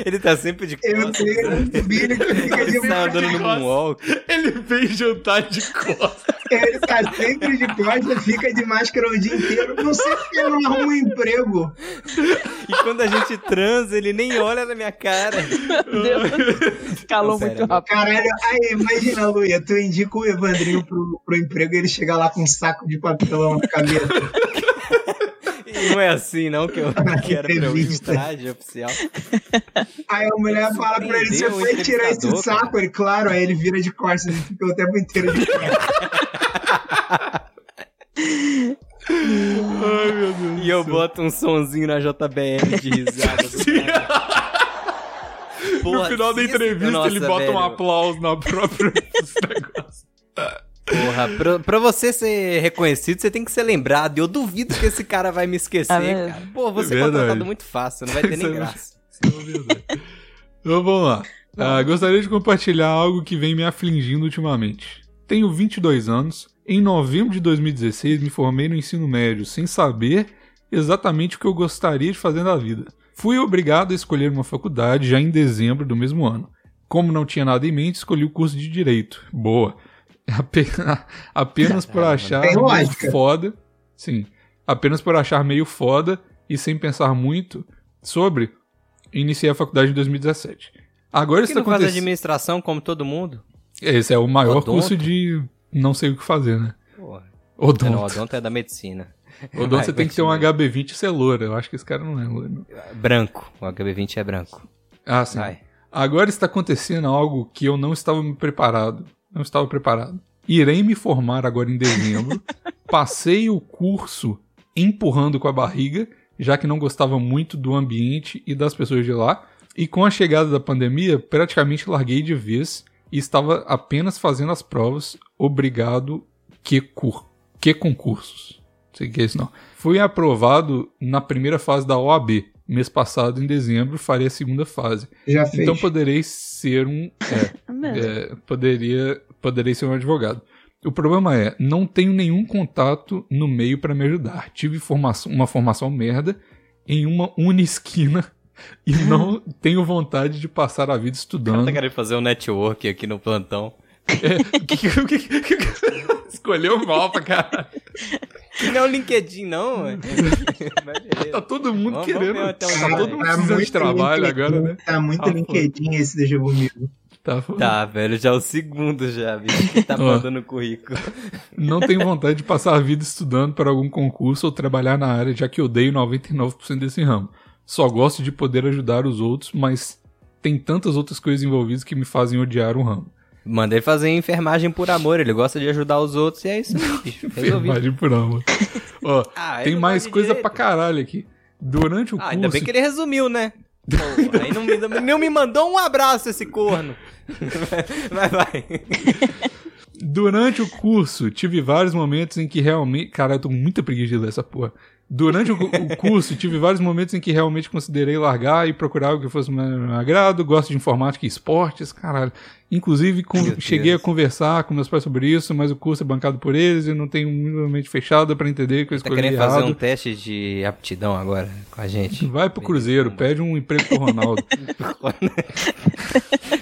Speaker 2: Ele tá sempre de
Speaker 4: Eu
Speaker 2: costas.
Speaker 4: tenho um filho que fica
Speaker 2: né? Ele
Speaker 4: de
Speaker 2: tá
Speaker 4: costas.
Speaker 2: andando no moonwalk.
Speaker 1: Ele vem jantar de costas.
Speaker 4: Ele tá sempre de costas, fica de máscara o dia inteiro. Não sei porque ele não arruma um emprego.
Speaker 2: E quando a gente transa, ele nem olha na minha cara.
Speaker 5: Meu Deus. Calou
Speaker 2: Não, sério.
Speaker 5: muito rápido.
Speaker 4: Caralho, aí, imagina, Luia, tu indica o Evandrinho pro, pro emprego e ele chega lá com um saco de papelão na cabeça.
Speaker 2: E não é assim, não, que eu que era pra eu ir de
Speaker 4: Entrevista.
Speaker 2: traje oficial.
Speaker 4: Aí a mulher fala pra ele, você
Speaker 2: Surpreendeu o
Speaker 4: foi tirar esse
Speaker 2: entrevistador,
Speaker 4: saco?
Speaker 2: cara.
Speaker 4: Ele, claro, aí ele vira de costas e fica o tempo inteiro de costas.
Speaker 1: Ai, meu Deus.
Speaker 2: E eu boto um sonzinho na JBL de risada.
Speaker 1: no final da entrevista,
Speaker 2: é
Speaker 1: ele bota um aplauso na própria esse negócio.
Speaker 2: Porra, pra, pra você ser reconhecido, você tem que ser lembrado. E eu duvido que esse cara vai me esquecer,
Speaker 5: É mesmo?
Speaker 2: cara. Pô, vou ser
Speaker 1: Verdade.
Speaker 2: contratado muito fácil, não vai ter
Speaker 1: Isso é
Speaker 2: nem graça.
Speaker 1: Isso é uma verdade. Então vamos lá.
Speaker 4: Tá.
Speaker 1: Ah, gostaria de compartilhar algo que vem me afligindo ultimamente. Tenho 22 anos. Em novembro de 2016, me formei no ensino médio, sem saber exatamente o que eu gostaria de fazer na vida. Fui obrigado a escolher uma faculdade já em dezembro do mesmo ano. Como não tinha nada em mente, escolhi o curso de Direito. Boa. Ape- Apenas por
Speaker 2: Caralho,
Speaker 1: achar
Speaker 4: tem
Speaker 1: meio
Speaker 4: lógica.
Speaker 1: foda. Sim. Apenas por achar meio foda e sem pensar muito sobre, iniciei a faculdade em 2017. Agora
Speaker 2: Por que
Speaker 1: está
Speaker 2: não faz
Speaker 1: acontecendo.
Speaker 2: administração como todo mundo?
Speaker 1: Esse é o maior
Speaker 2: Odonto?
Speaker 1: curso de não sei o que fazer, né?
Speaker 2: Porra, não,
Speaker 1: Odonto.
Speaker 2: odonto é da medicina.
Speaker 1: Odonto
Speaker 2: Vai,
Speaker 1: você tem que ter um
Speaker 2: continua.
Speaker 1: HB20 e ser loura. Eu acho que esse cara não é louro. não.
Speaker 2: Branco. O HB20 é branco.
Speaker 1: Ah, sim.
Speaker 2: Vai.
Speaker 1: Agora está acontecendo algo que eu não estava me preparado. Não estava preparado. Irei me formar agora em dezembro. Passei o curso empurrando com a barriga, já que não gostava muito do ambiente e das pessoas de lá. E com a chegada da pandemia, praticamente larguei de vez e estava apenas fazendo as provas. Obrigado, que, cur... que concursos. Não sei o que é isso, não. Fui aprovado na primeira fase da OAB. Mês passado, em dezembro, farei a segunda fase.
Speaker 4: Já fez.
Speaker 1: Então poderei ser um. é,
Speaker 5: Meu
Speaker 1: é, poderia, poderei ser um advogado. O problema é, não tenho nenhum contato no meio para me ajudar. Tive formação, uma formação merda em uma unisquina e não tenho vontade de passar a vida
Speaker 2: O cara
Speaker 1: estudando.
Speaker 2: tá querendo fazer um network aqui no plantão.
Speaker 1: Que- que- que- que- que- Escolheu mal pra caralho.
Speaker 2: Que não é o LinkedIn, não, ué. Mas beleza.
Speaker 1: Tá todo mundo
Speaker 2: Vamos- vamos
Speaker 1: querendo.
Speaker 2: ver até onde
Speaker 1: tá
Speaker 2: vai. É
Speaker 1: todo mundo precisando de trabalho agora, né?
Speaker 4: Tá muito
Speaker 2: Ah,
Speaker 4: LinkedIn esse Deixa Comigo.
Speaker 1: Tá, foda.
Speaker 2: Tá, velho, já é o segundo já, bicho, que tá
Speaker 1: Ó.
Speaker 2: mandando currículo.
Speaker 1: Não tenho vontade de passar a vida estudando para algum concurso ou trabalhar na área, já que odeio 99% desse ramo. Só gosto de poder ajudar os outros, mas tem tantas outras coisas envolvidas que me fazem odiar o ramo.
Speaker 2: Manda ele fazer enfermagem por amor, ele gosta de ajudar os outros e é isso aí, bicho. Resolvido.
Speaker 1: Enfermagem por amor. Ó,
Speaker 2: Ah, ele
Speaker 1: tem
Speaker 2: não
Speaker 1: mais
Speaker 2: gosta de
Speaker 1: coisa
Speaker 2: direito.
Speaker 1: pra caralho aqui. Durante o
Speaker 2: Ah,
Speaker 1: curso.
Speaker 2: ainda bem que ele resumiu, né? Pô, aí não me, não me mandou um abraço esse corno. Vai, vai.
Speaker 1: Durante o curso, tive vários momentos em que realmente. Cara, eu tô muito preguiçoso dessa porra. Durante o, cu- o curso, tive vários momentos em que realmente considerei largar e procurar o que fosse do meu agrado. Gosto de informática e esportes, caralho. Inclusive, con-
Speaker 2: Meu Deus.
Speaker 1: cheguei a conversar com meus pais sobre isso, mas o curso é bancado por eles e eu não tenho minimamente fechada pra entender que eu
Speaker 2: Tá
Speaker 1: escolhi
Speaker 2: querendo fazer um
Speaker 1: errado.
Speaker 2: teste de aptidão agora com a gente?
Speaker 1: Vai pro Cruzeiro, pede um emprego pro Ronaldo.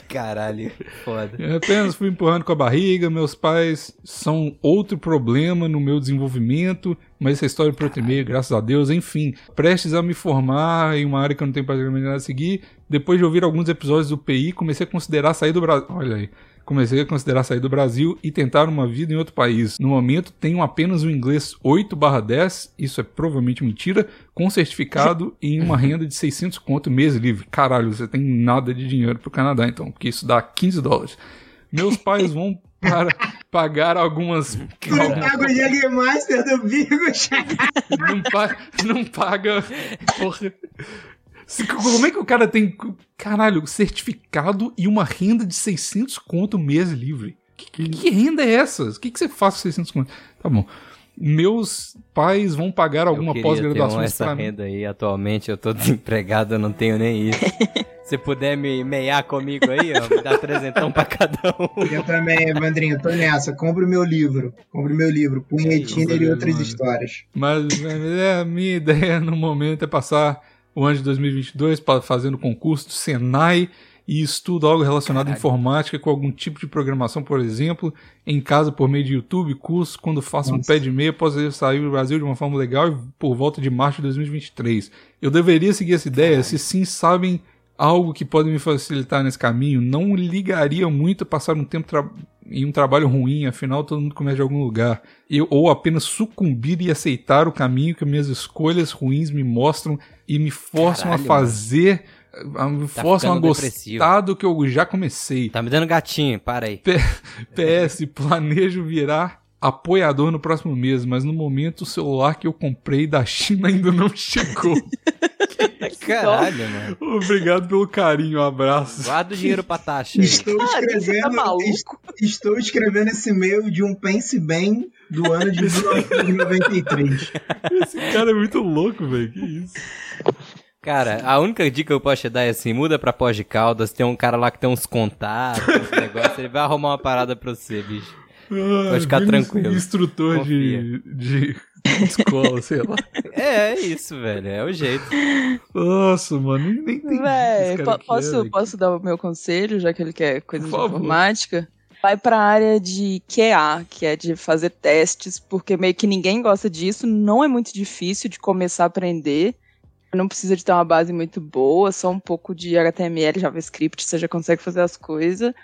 Speaker 2: Caralho, foda.
Speaker 1: Eu É, apenas fui empurrando com a barriga, meus pais são outro problema no meu desenvolvimento, mas essa história por outro meio, graças a Deus, enfim. Prestes a me formar em uma área que eu não tenho praticamente nada a seguir, depois de ouvir alguns episódios do PI, comecei a considerar sair do Brasil. Olha aí. Comecei a considerar sair do Brasil e tentar uma vida em outro país. No momento, tenho apenas o inglês 8/10, isso é provavelmente mentira, com certificado e uma renda de 600 conto mês livre. Caralho, você tem nada de dinheiro pro Canadá então, porque isso dá 15 dólares. Meus pais vão para pagar algumas.
Speaker 4: Tu não paga o Jagmaster do Vigo, chato.
Speaker 1: Não, pa- não paga. Porra. Se- Como é que o cara tem. Caralho, certificado e uma renda de 600 conto mês livre? Que, que renda é essa? O que, que você faz com 600 conto? Tá bom. meus pais vão pagar
Speaker 2: eu
Speaker 1: alguma
Speaker 2: queria ter
Speaker 1: pós-graduação
Speaker 2: um- essa
Speaker 1: pra mim.
Speaker 2: renda aí, atualmente eu tô desempregado, eu não tenho nem isso. Se puder me meiar comigo aí, ó, me dá trezentão pra cada um.
Speaker 4: Eu também, Evandrinho, tô nessa. Compre o meu livro. Compre o meu livro. Punha Tinder e outras
Speaker 1: mano.
Speaker 4: histórias.
Speaker 1: Mas é, a minha ideia no momento é passar o ano de 2022 pa- fazendo concurso do Senai e estudo algo relacionado à informática com algum tipo de programação, por exemplo, em casa por meio de YouTube, curso, quando faço um
Speaker 4: Nossa.
Speaker 1: pé de meia, posso sair do Brasil de uma forma legal e por volta de março de 2023. Eu deveria seguir essa ideia, se sim sabem algo que pode me facilitar nesse caminho, não ligaria muito passar um tempo tra- em um trabalho ruim, afinal todo mundo começa de algum lugar eu, ou apenas sucumbir e aceitar o caminho que minhas escolhas ruins me mostram e me forçam
Speaker 2: Caralho,
Speaker 1: a fazer, a- me
Speaker 2: Tá
Speaker 1: forçam a
Speaker 2: ficando
Speaker 1: gostar
Speaker 2: depressivo.
Speaker 1: do um que eu já comecei.
Speaker 2: Tá me dando gatinho, para aí.
Speaker 1: PS, planejo virar apoiador no próximo mês, mas no momento o celular que eu comprei da China ainda não chegou.
Speaker 2: Caralho, mano.
Speaker 1: Obrigado pelo carinho, um abraço.
Speaker 2: Guarda o dinheiro pra taxa aí.
Speaker 4: Estou
Speaker 5: Cara, você tá
Speaker 4: escrevendo, es-
Speaker 5: maluco?
Speaker 4: estou escrevendo esse e-mail de um pense bem do ano de 1993.
Speaker 1: Esse cara é muito louco, velho. Que isso?
Speaker 2: Cara, a única dica que eu posso te dar é assim, muda pra Pós de Caldas, tem um cara lá que tem uns contatos, uns negócios, ele vai arrumar uma parada pra você, bicho.
Speaker 1: Pode
Speaker 2: ficar tranquilo.
Speaker 1: Ah, Instrutor de, de escola, sei lá.
Speaker 2: É, é isso, velho, é o jeito.
Speaker 1: Nossa, mano, nem- nem entendi. o que esse
Speaker 5: Véi,
Speaker 1: cara
Speaker 5: po-
Speaker 1: quer,
Speaker 5: posso,
Speaker 1: velho.
Speaker 5: posso dar o meu conselho, já que ele quer coisa de
Speaker 1: Por favor.
Speaker 5: informática? Vai pra área de QA, que é de fazer testes, porque meio que ninguém gosta disso, não é muito difícil de começar a aprender. Não precisa de ter uma base muito boa, só um pouco de HTML, JavaScript, você já consegue fazer as coisas.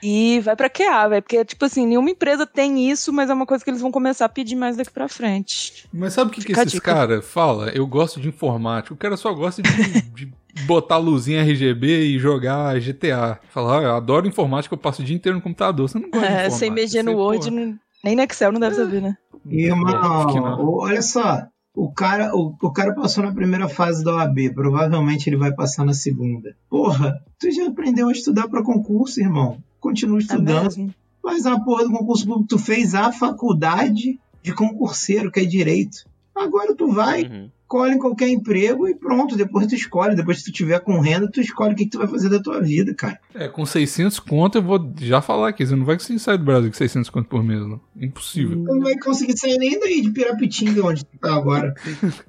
Speaker 5: E vai pra QA, velho, porque, tipo assim, nenhuma empresa tem isso, mas é uma coisa que eles vão começar a pedir mais daqui pra frente.
Speaker 1: Mas sabe o que, que
Speaker 5: Fica a
Speaker 1: esses
Speaker 5: dica.
Speaker 1: caras falam? Eu gosto de informática. O cara só gosta de, de botar luzinha RGB e jogar GTA. Falar, ah, eu adoro informática, eu passo o dia inteiro no computador. Você não gosta de
Speaker 5: É,
Speaker 1: informática.
Speaker 5: sem mexer no
Speaker 1: você, É.
Speaker 5: Word,
Speaker 1: porra,
Speaker 5: não- nem no Excel não deve saber, né?
Speaker 1: acho que
Speaker 4: Irmão,
Speaker 1: não.
Speaker 4: o- olha só. O cara, o, o cara passou na primeira fase da OAB, provavelmente ele vai passar na segunda. Porra, tu já aprendeu a estudar pra concurso, irmão. Continua
Speaker 5: É
Speaker 4: estudando.
Speaker 5: mesmo.
Speaker 4: Faz uma porra do concurso público. Tu fez a faculdade de concurseiro, que é direito. Agora tu vai,
Speaker 2: Uhum.
Speaker 4: colhe em qualquer emprego e pronto. Depois tu escolhe. Depois que tu tiver com renda, tu escolhe o que, que tu vai fazer da tua vida, cara.
Speaker 5: né?
Speaker 1: É, com 600 conto eu vou já falar aqui. Você não vai conseguir sair do Brasil com 600 conto por mês, não. Impossível.
Speaker 5: Hum.
Speaker 4: Tu não vai conseguir sair nem daí de Pirapitinga, onde tu tá agora.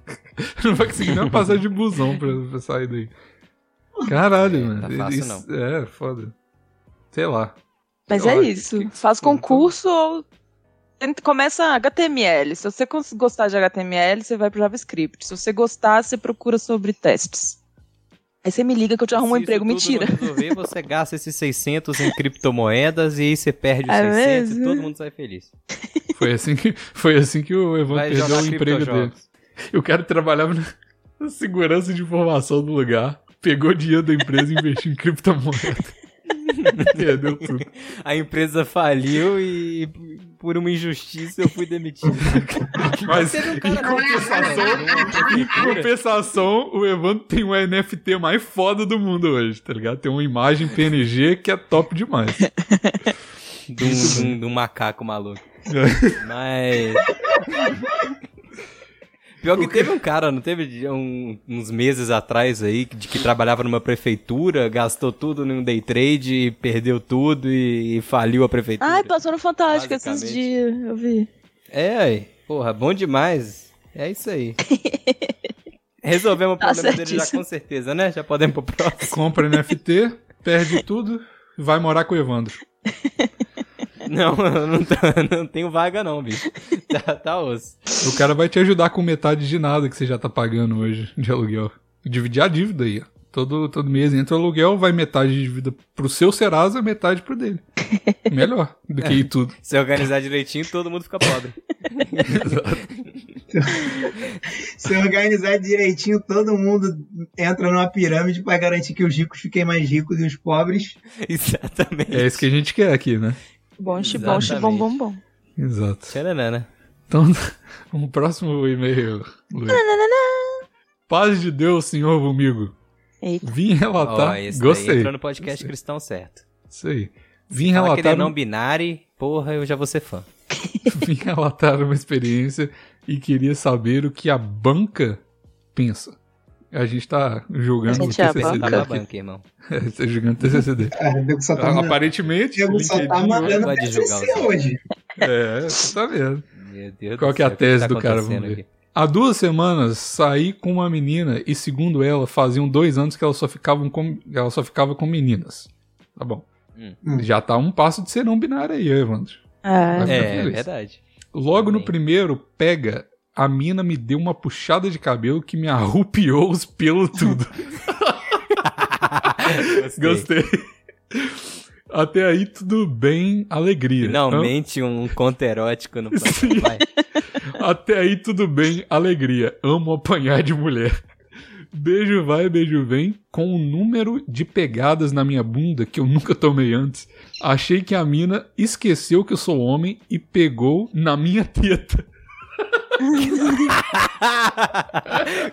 Speaker 1: não vai conseguir nem uma passagem de busão pra, pra sair daí. Caralho,
Speaker 2: É,
Speaker 1: mano.
Speaker 2: tá fácil,
Speaker 1: É, foda. Sei lá.
Speaker 5: Mas
Speaker 1: Olha,
Speaker 5: é
Speaker 1: que-
Speaker 5: isso.
Speaker 1: que-
Speaker 5: Faz
Speaker 1: que- que-
Speaker 5: concurso ou. tenta- Começa HTML. Se você cons- gostar de HTML, você vai pro JavaScript. Se você gostar, você procura sobre testes. Aí você me liga que eu te arrumo um
Speaker 2: Se isso
Speaker 5: emprego.
Speaker 2: tudo
Speaker 5: Mentira.
Speaker 2: não resolver, você gasta esses 600 em criptomoedas e aí você perde os
Speaker 5: É
Speaker 2: 600 e
Speaker 5: mesmo?
Speaker 2: todo mundo sai feliz.
Speaker 1: Foi assim que, foi assim que o Evan
Speaker 2: Vai
Speaker 1: perdeu
Speaker 2: jogar
Speaker 1: o emprego dele.
Speaker 2: criptojogos.
Speaker 1: O cara trabalhava na segurança de informação do lugar, pegou dinheiro da empresa e investiu em criptomoeda. Perdeu tudo.
Speaker 2: A empresa faliu e por uma injustiça eu fui demitido.
Speaker 1: Mas
Speaker 2: Teve um
Speaker 1: em
Speaker 2: cara-
Speaker 1: compensação, em compensação, o Evandro tem um o NFT mais foda do mundo hoje, tá ligado? Tem uma imagem PNG que é top demais.
Speaker 2: de um, de um- de um macaco maluco. Mas. Pior que teve um cara, não teve de- um- uns meses atrás aí, de que trabalhava numa prefeitura, gastou tudo num day trade, perdeu tudo e, e faliu a prefeitura.
Speaker 5: Ai, passou no Fantástico esses
Speaker 2: Basicamente.
Speaker 5: dias. Eu vi.
Speaker 2: É, aí. porra, bom demais. É isso aí. Resolvemos o
Speaker 5: Tá
Speaker 2: problema dele já
Speaker 5: certíssimo.
Speaker 2: com certeza, né? Já podemos pro próximo.
Speaker 1: Compra NFT, perde tudo e vai morar com o Evandro.
Speaker 2: Não, eu não, tô- não tenho vaga não, bicho. Tá, tá osso.
Speaker 1: O cara vai te ajudar com metade de nada que você já tá pagando hoje de aluguel. Dividir a dívida aí, ó. Todo, todo mês entra o aluguel, vai metade de dívida pro seu Serasa, metade pro dele. Melhor do que ir tudo.
Speaker 2: Se organizar direitinho, todo mundo fica pobre.
Speaker 4: Se organizar direitinho, todo mundo entra numa pirâmide pra garantir que os ricos fiquem mais ricos e os pobres.
Speaker 2: Exatamente.
Speaker 1: É isso que a gente quer aqui, né?
Speaker 5: Bom, chibom, chibom,
Speaker 2: Exatamente.
Speaker 5: bom, bom.
Speaker 1: Exato.
Speaker 2: Tcharanana.
Speaker 1: Então, um próximo e-mail, Luiz. Paz de Deus, senhor comigo.
Speaker 5: Eita.
Speaker 1: Vim relatar.
Speaker 2: Ó, esse daí
Speaker 1: tá. Gostei.
Speaker 2: entrou no podcast
Speaker 1: Gostei.
Speaker 2: cristão certo.
Speaker 1: Isso aí. Vim
Speaker 2: Fala que ele é
Speaker 1: relatar.
Speaker 2: não binário, porra, eu já vou ser fã.
Speaker 1: vim relatar uma experiência e queria saber o que a banca pensa. A gente tá
Speaker 5: A
Speaker 1: julgando o
Speaker 5: gente é a
Speaker 1: TCC
Speaker 2: Tá
Speaker 5: banca.
Speaker 2: na
Speaker 1: dele aqui.
Speaker 2: banca, irmão.
Speaker 1: É, tá julgando o TCC dele.
Speaker 4: Cara, o nego só tá, mandando- o
Speaker 1: Aparentemente,
Speaker 4: nego só tá
Speaker 1: LinkedIn hoje-
Speaker 4: mandando
Speaker 2: vai divulgar
Speaker 4: TCC
Speaker 2: os-
Speaker 4: hoje.
Speaker 1: É, você tá vendo.
Speaker 2: Meu Deus
Speaker 1: Qual
Speaker 2: do
Speaker 1: que é a
Speaker 2: céu, o que
Speaker 1: tese
Speaker 2: tá
Speaker 1: do cara?
Speaker 2: acontecendo
Speaker 1: Vamos ver.
Speaker 2: aqui?
Speaker 1: Há duas semanas saí com uma menina e, segundo ela, faziam dois anos que ela só ficava com, ela só ficava com meninas. Tá bom.
Speaker 2: Hum.
Speaker 4: Hum.
Speaker 1: Já tá um passo de ser não binário aí, Evandro.
Speaker 5: É.
Speaker 1: Vai ficar
Speaker 2: É, é
Speaker 1: Tá feliz.
Speaker 2: verdade.
Speaker 1: Logo no
Speaker 2: Também.
Speaker 1: primeiro, pega, a mina me deu uma puxada de cabelo que me arrupiou os pelos tudo. Gostei. Até aí tudo bem, alegria.
Speaker 2: Finalmente um conto erótico no
Speaker 1: Sim.
Speaker 2: papai.
Speaker 1: Am- Até aí tudo bem, alegria. Amo apanhar de mulher. Beijo vai, beijo vem, com o número de pegadas na minha bunda que eu nunca tomei antes. Achei que a mina esqueceu que eu sou homem e pegou na minha teta.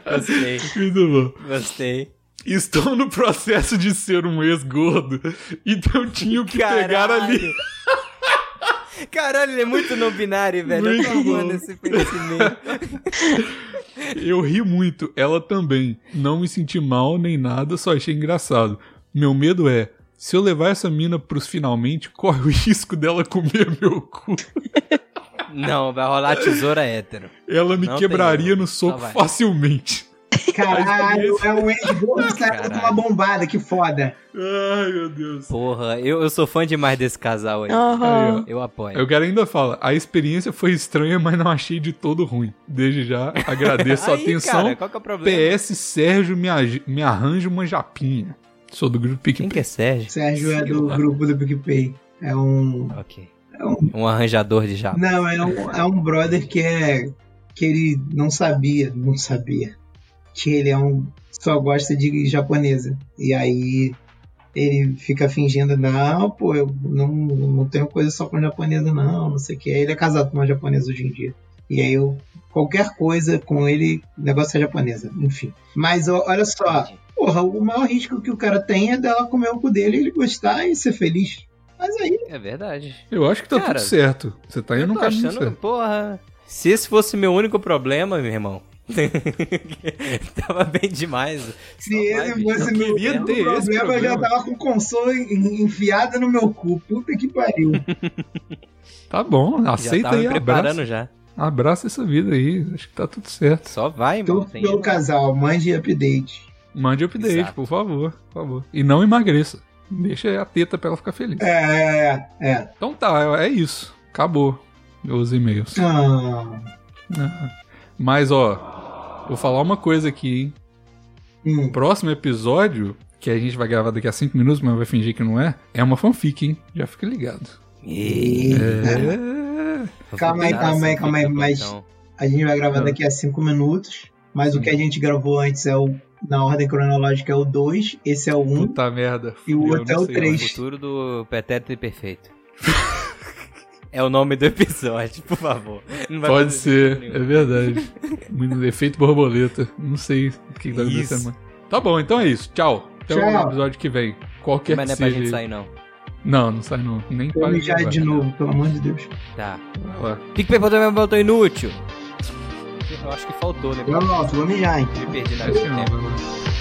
Speaker 2: Gostei,
Speaker 1: Muito bom.
Speaker 2: gostei.
Speaker 1: Estou no processo de ser um ex-gordo, então tinha o que pegar ali.
Speaker 2: Caralho, ele é muito não binário, velho. eu tô
Speaker 1: Muito bom.
Speaker 2: amando esse conhecimento.
Speaker 1: Eu ri muito, ela também. Não me senti mal nem nada, só achei engraçado. Meu medo é, se eu levar essa mina pros finalmente, corre o risco dela comer meu cu.
Speaker 2: Não, vai rolar tesoura hétero.
Speaker 1: Ela me
Speaker 2: Não tem
Speaker 1: quebraria
Speaker 2: erro.
Speaker 1: no soco
Speaker 2: Só vai.
Speaker 1: facilmente.
Speaker 4: Caralho, é o ex-gordo saindo com uma
Speaker 2: Caralho.
Speaker 4: bombada, que foda.
Speaker 1: Ai, meu Deus.
Speaker 2: Porra, eu, eu sou fã demais desse casal aí.
Speaker 5: Aham.
Speaker 1: Aí,
Speaker 2: Eu apoio.
Speaker 1: Eu quero ainda falar, a experiência foi estranha, mas não achei de todo ruim. Desde já, agradeço a
Speaker 2: Aí,
Speaker 1: atenção.
Speaker 2: Cara, qual que é o problema?
Speaker 1: PS Sérgio me, aj- me arranja uma japinha. Sou do grupo
Speaker 2: Quem
Speaker 1: PicPay.
Speaker 2: que é Sérgio?
Speaker 4: Sérgio é
Speaker 1: Sei
Speaker 4: do
Speaker 1: lá.
Speaker 4: grupo do PicPay. É um.
Speaker 2: Ok. Um arranjador de japa.
Speaker 4: Não, é um, é um brother que é. que ele não sabia, não sabia. Que ele é um. só gosta de japonesa. E aí ele fica fingindo, não, pô, eu não, não tenho coisa só com japonesa, não, não sei o que. Ele é casado com uma japonesa hoje em dia. E aí eu. Qualquer coisa com ele, o negócio é japonesa, enfim. Mas ó, olha só, porra, o maior risco que o cara tem é dela comer o cu dele, ele gostar e ser feliz. Mas aí
Speaker 2: É verdade.
Speaker 1: Eu acho que tá
Speaker 2: Cara,
Speaker 1: tudo certo. Você tá indo
Speaker 2: Eu
Speaker 1: no
Speaker 2: tô
Speaker 1: caminho
Speaker 2: achando,
Speaker 1: certo.
Speaker 2: porra. Se esse fosse meu único problema, meu irmão. tava bem demais.
Speaker 4: Se
Speaker 2: Não vai,
Speaker 4: ele
Speaker 2: bicho,
Speaker 4: fosse
Speaker 2: eu
Speaker 4: meu
Speaker 1: queria
Speaker 4: único
Speaker 1: ter
Speaker 4: problema,
Speaker 1: esse
Speaker 4: eu já
Speaker 1: problema.
Speaker 4: tava com o console en- enfiada no meu cu. Puta que pariu.
Speaker 1: Tá bom,
Speaker 2: já
Speaker 1: aceita
Speaker 2: tava
Speaker 1: aí,
Speaker 2: me preparando
Speaker 1: abraça.
Speaker 2: já.
Speaker 1: Abraça essa vida aí. Acho que tá tudo certo.
Speaker 2: Só vai,
Speaker 4: Então,
Speaker 2: mano. Tem...
Speaker 4: pelo casal, mande update.
Speaker 1: Mande update,
Speaker 2: Exato.
Speaker 1: por favor. Por favor. E não emagreça. Deixa a teta pra ela ficar feliz.
Speaker 4: É, é.
Speaker 1: Então tá, é isso. Acabou os e-mails.
Speaker 4: Ah,
Speaker 1: Mas ó, vou falar uma coisa aqui, hein?
Speaker 4: hum.
Speaker 1: O próximo episódio, que a gente vai gravar daqui a 5 minutos, mas vai fingir que não é, é uma fanfic, hein? Já fica ligado.
Speaker 2: Ih,
Speaker 1: É.
Speaker 2: vou
Speaker 4: Calma aí,
Speaker 2: botar
Speaker 4: calma aí,
Speaker 2: essa
Speaker 4: calma aí,
Speaker 2: fita,
Speaker 4: mas-
Speaker 2: então.
Speaker 4: A gente vai gravar
Speaker 1: Ah.
Speaker 4: daqui a cinco minutos. Mas o que a gente gravou antes é o. Na ordem cronológica é o 2, esse é o 1. Um.
Speaker 1: Puta merda.
Speaker 4: E o
Speaker 1: fudeu,
Speaker 4: outro é
Speaker 1: não
Speaker 4: o
Speaker 1: sei
Speaker 2: É o
Speaker 4: três.
Speaker 2: futuro do Petete Imperfeito. é o nome do episódio, por favor. Não vai
Speaker 1: Pode
Speaker 2: fazer
Speaker 1: ser,
Speaker 2: sentido
Speaker 1: é
Speaker 2: nenhum.
Speaker 1: verdade. Muito Efeito borboleta. Não sei o que, que tá
Speaker 2: Isso.
Speaker 1: acontecendo. mas- Tá bom, então é isso. Tchau. Até
Speaker 4: Tchau.
Speaker 1: o episódio que vem. Qualquer que
Speaker 2: Mas não é pra
Speaker 1: seja.
Speaker 2: gente sair, não.
Speaker 1: Não, não sai não. Nem
Speaker 4: Vou
Speaker 1: para
Speaker 4: mijar de novo, pelo amor de Deus.
Speaker 2: Tá.
Speaker 1: Vai lá.
Speaker 2: PicPay.me botão inútil. Eu acho que faltou, né?
Speaker 4: Eu volto, vou mijar, hein.
Speaker 2: Me perdi na
Speaker 1: Acho que não,
Speaker 2: tempo.
Speaker 1: vai lá.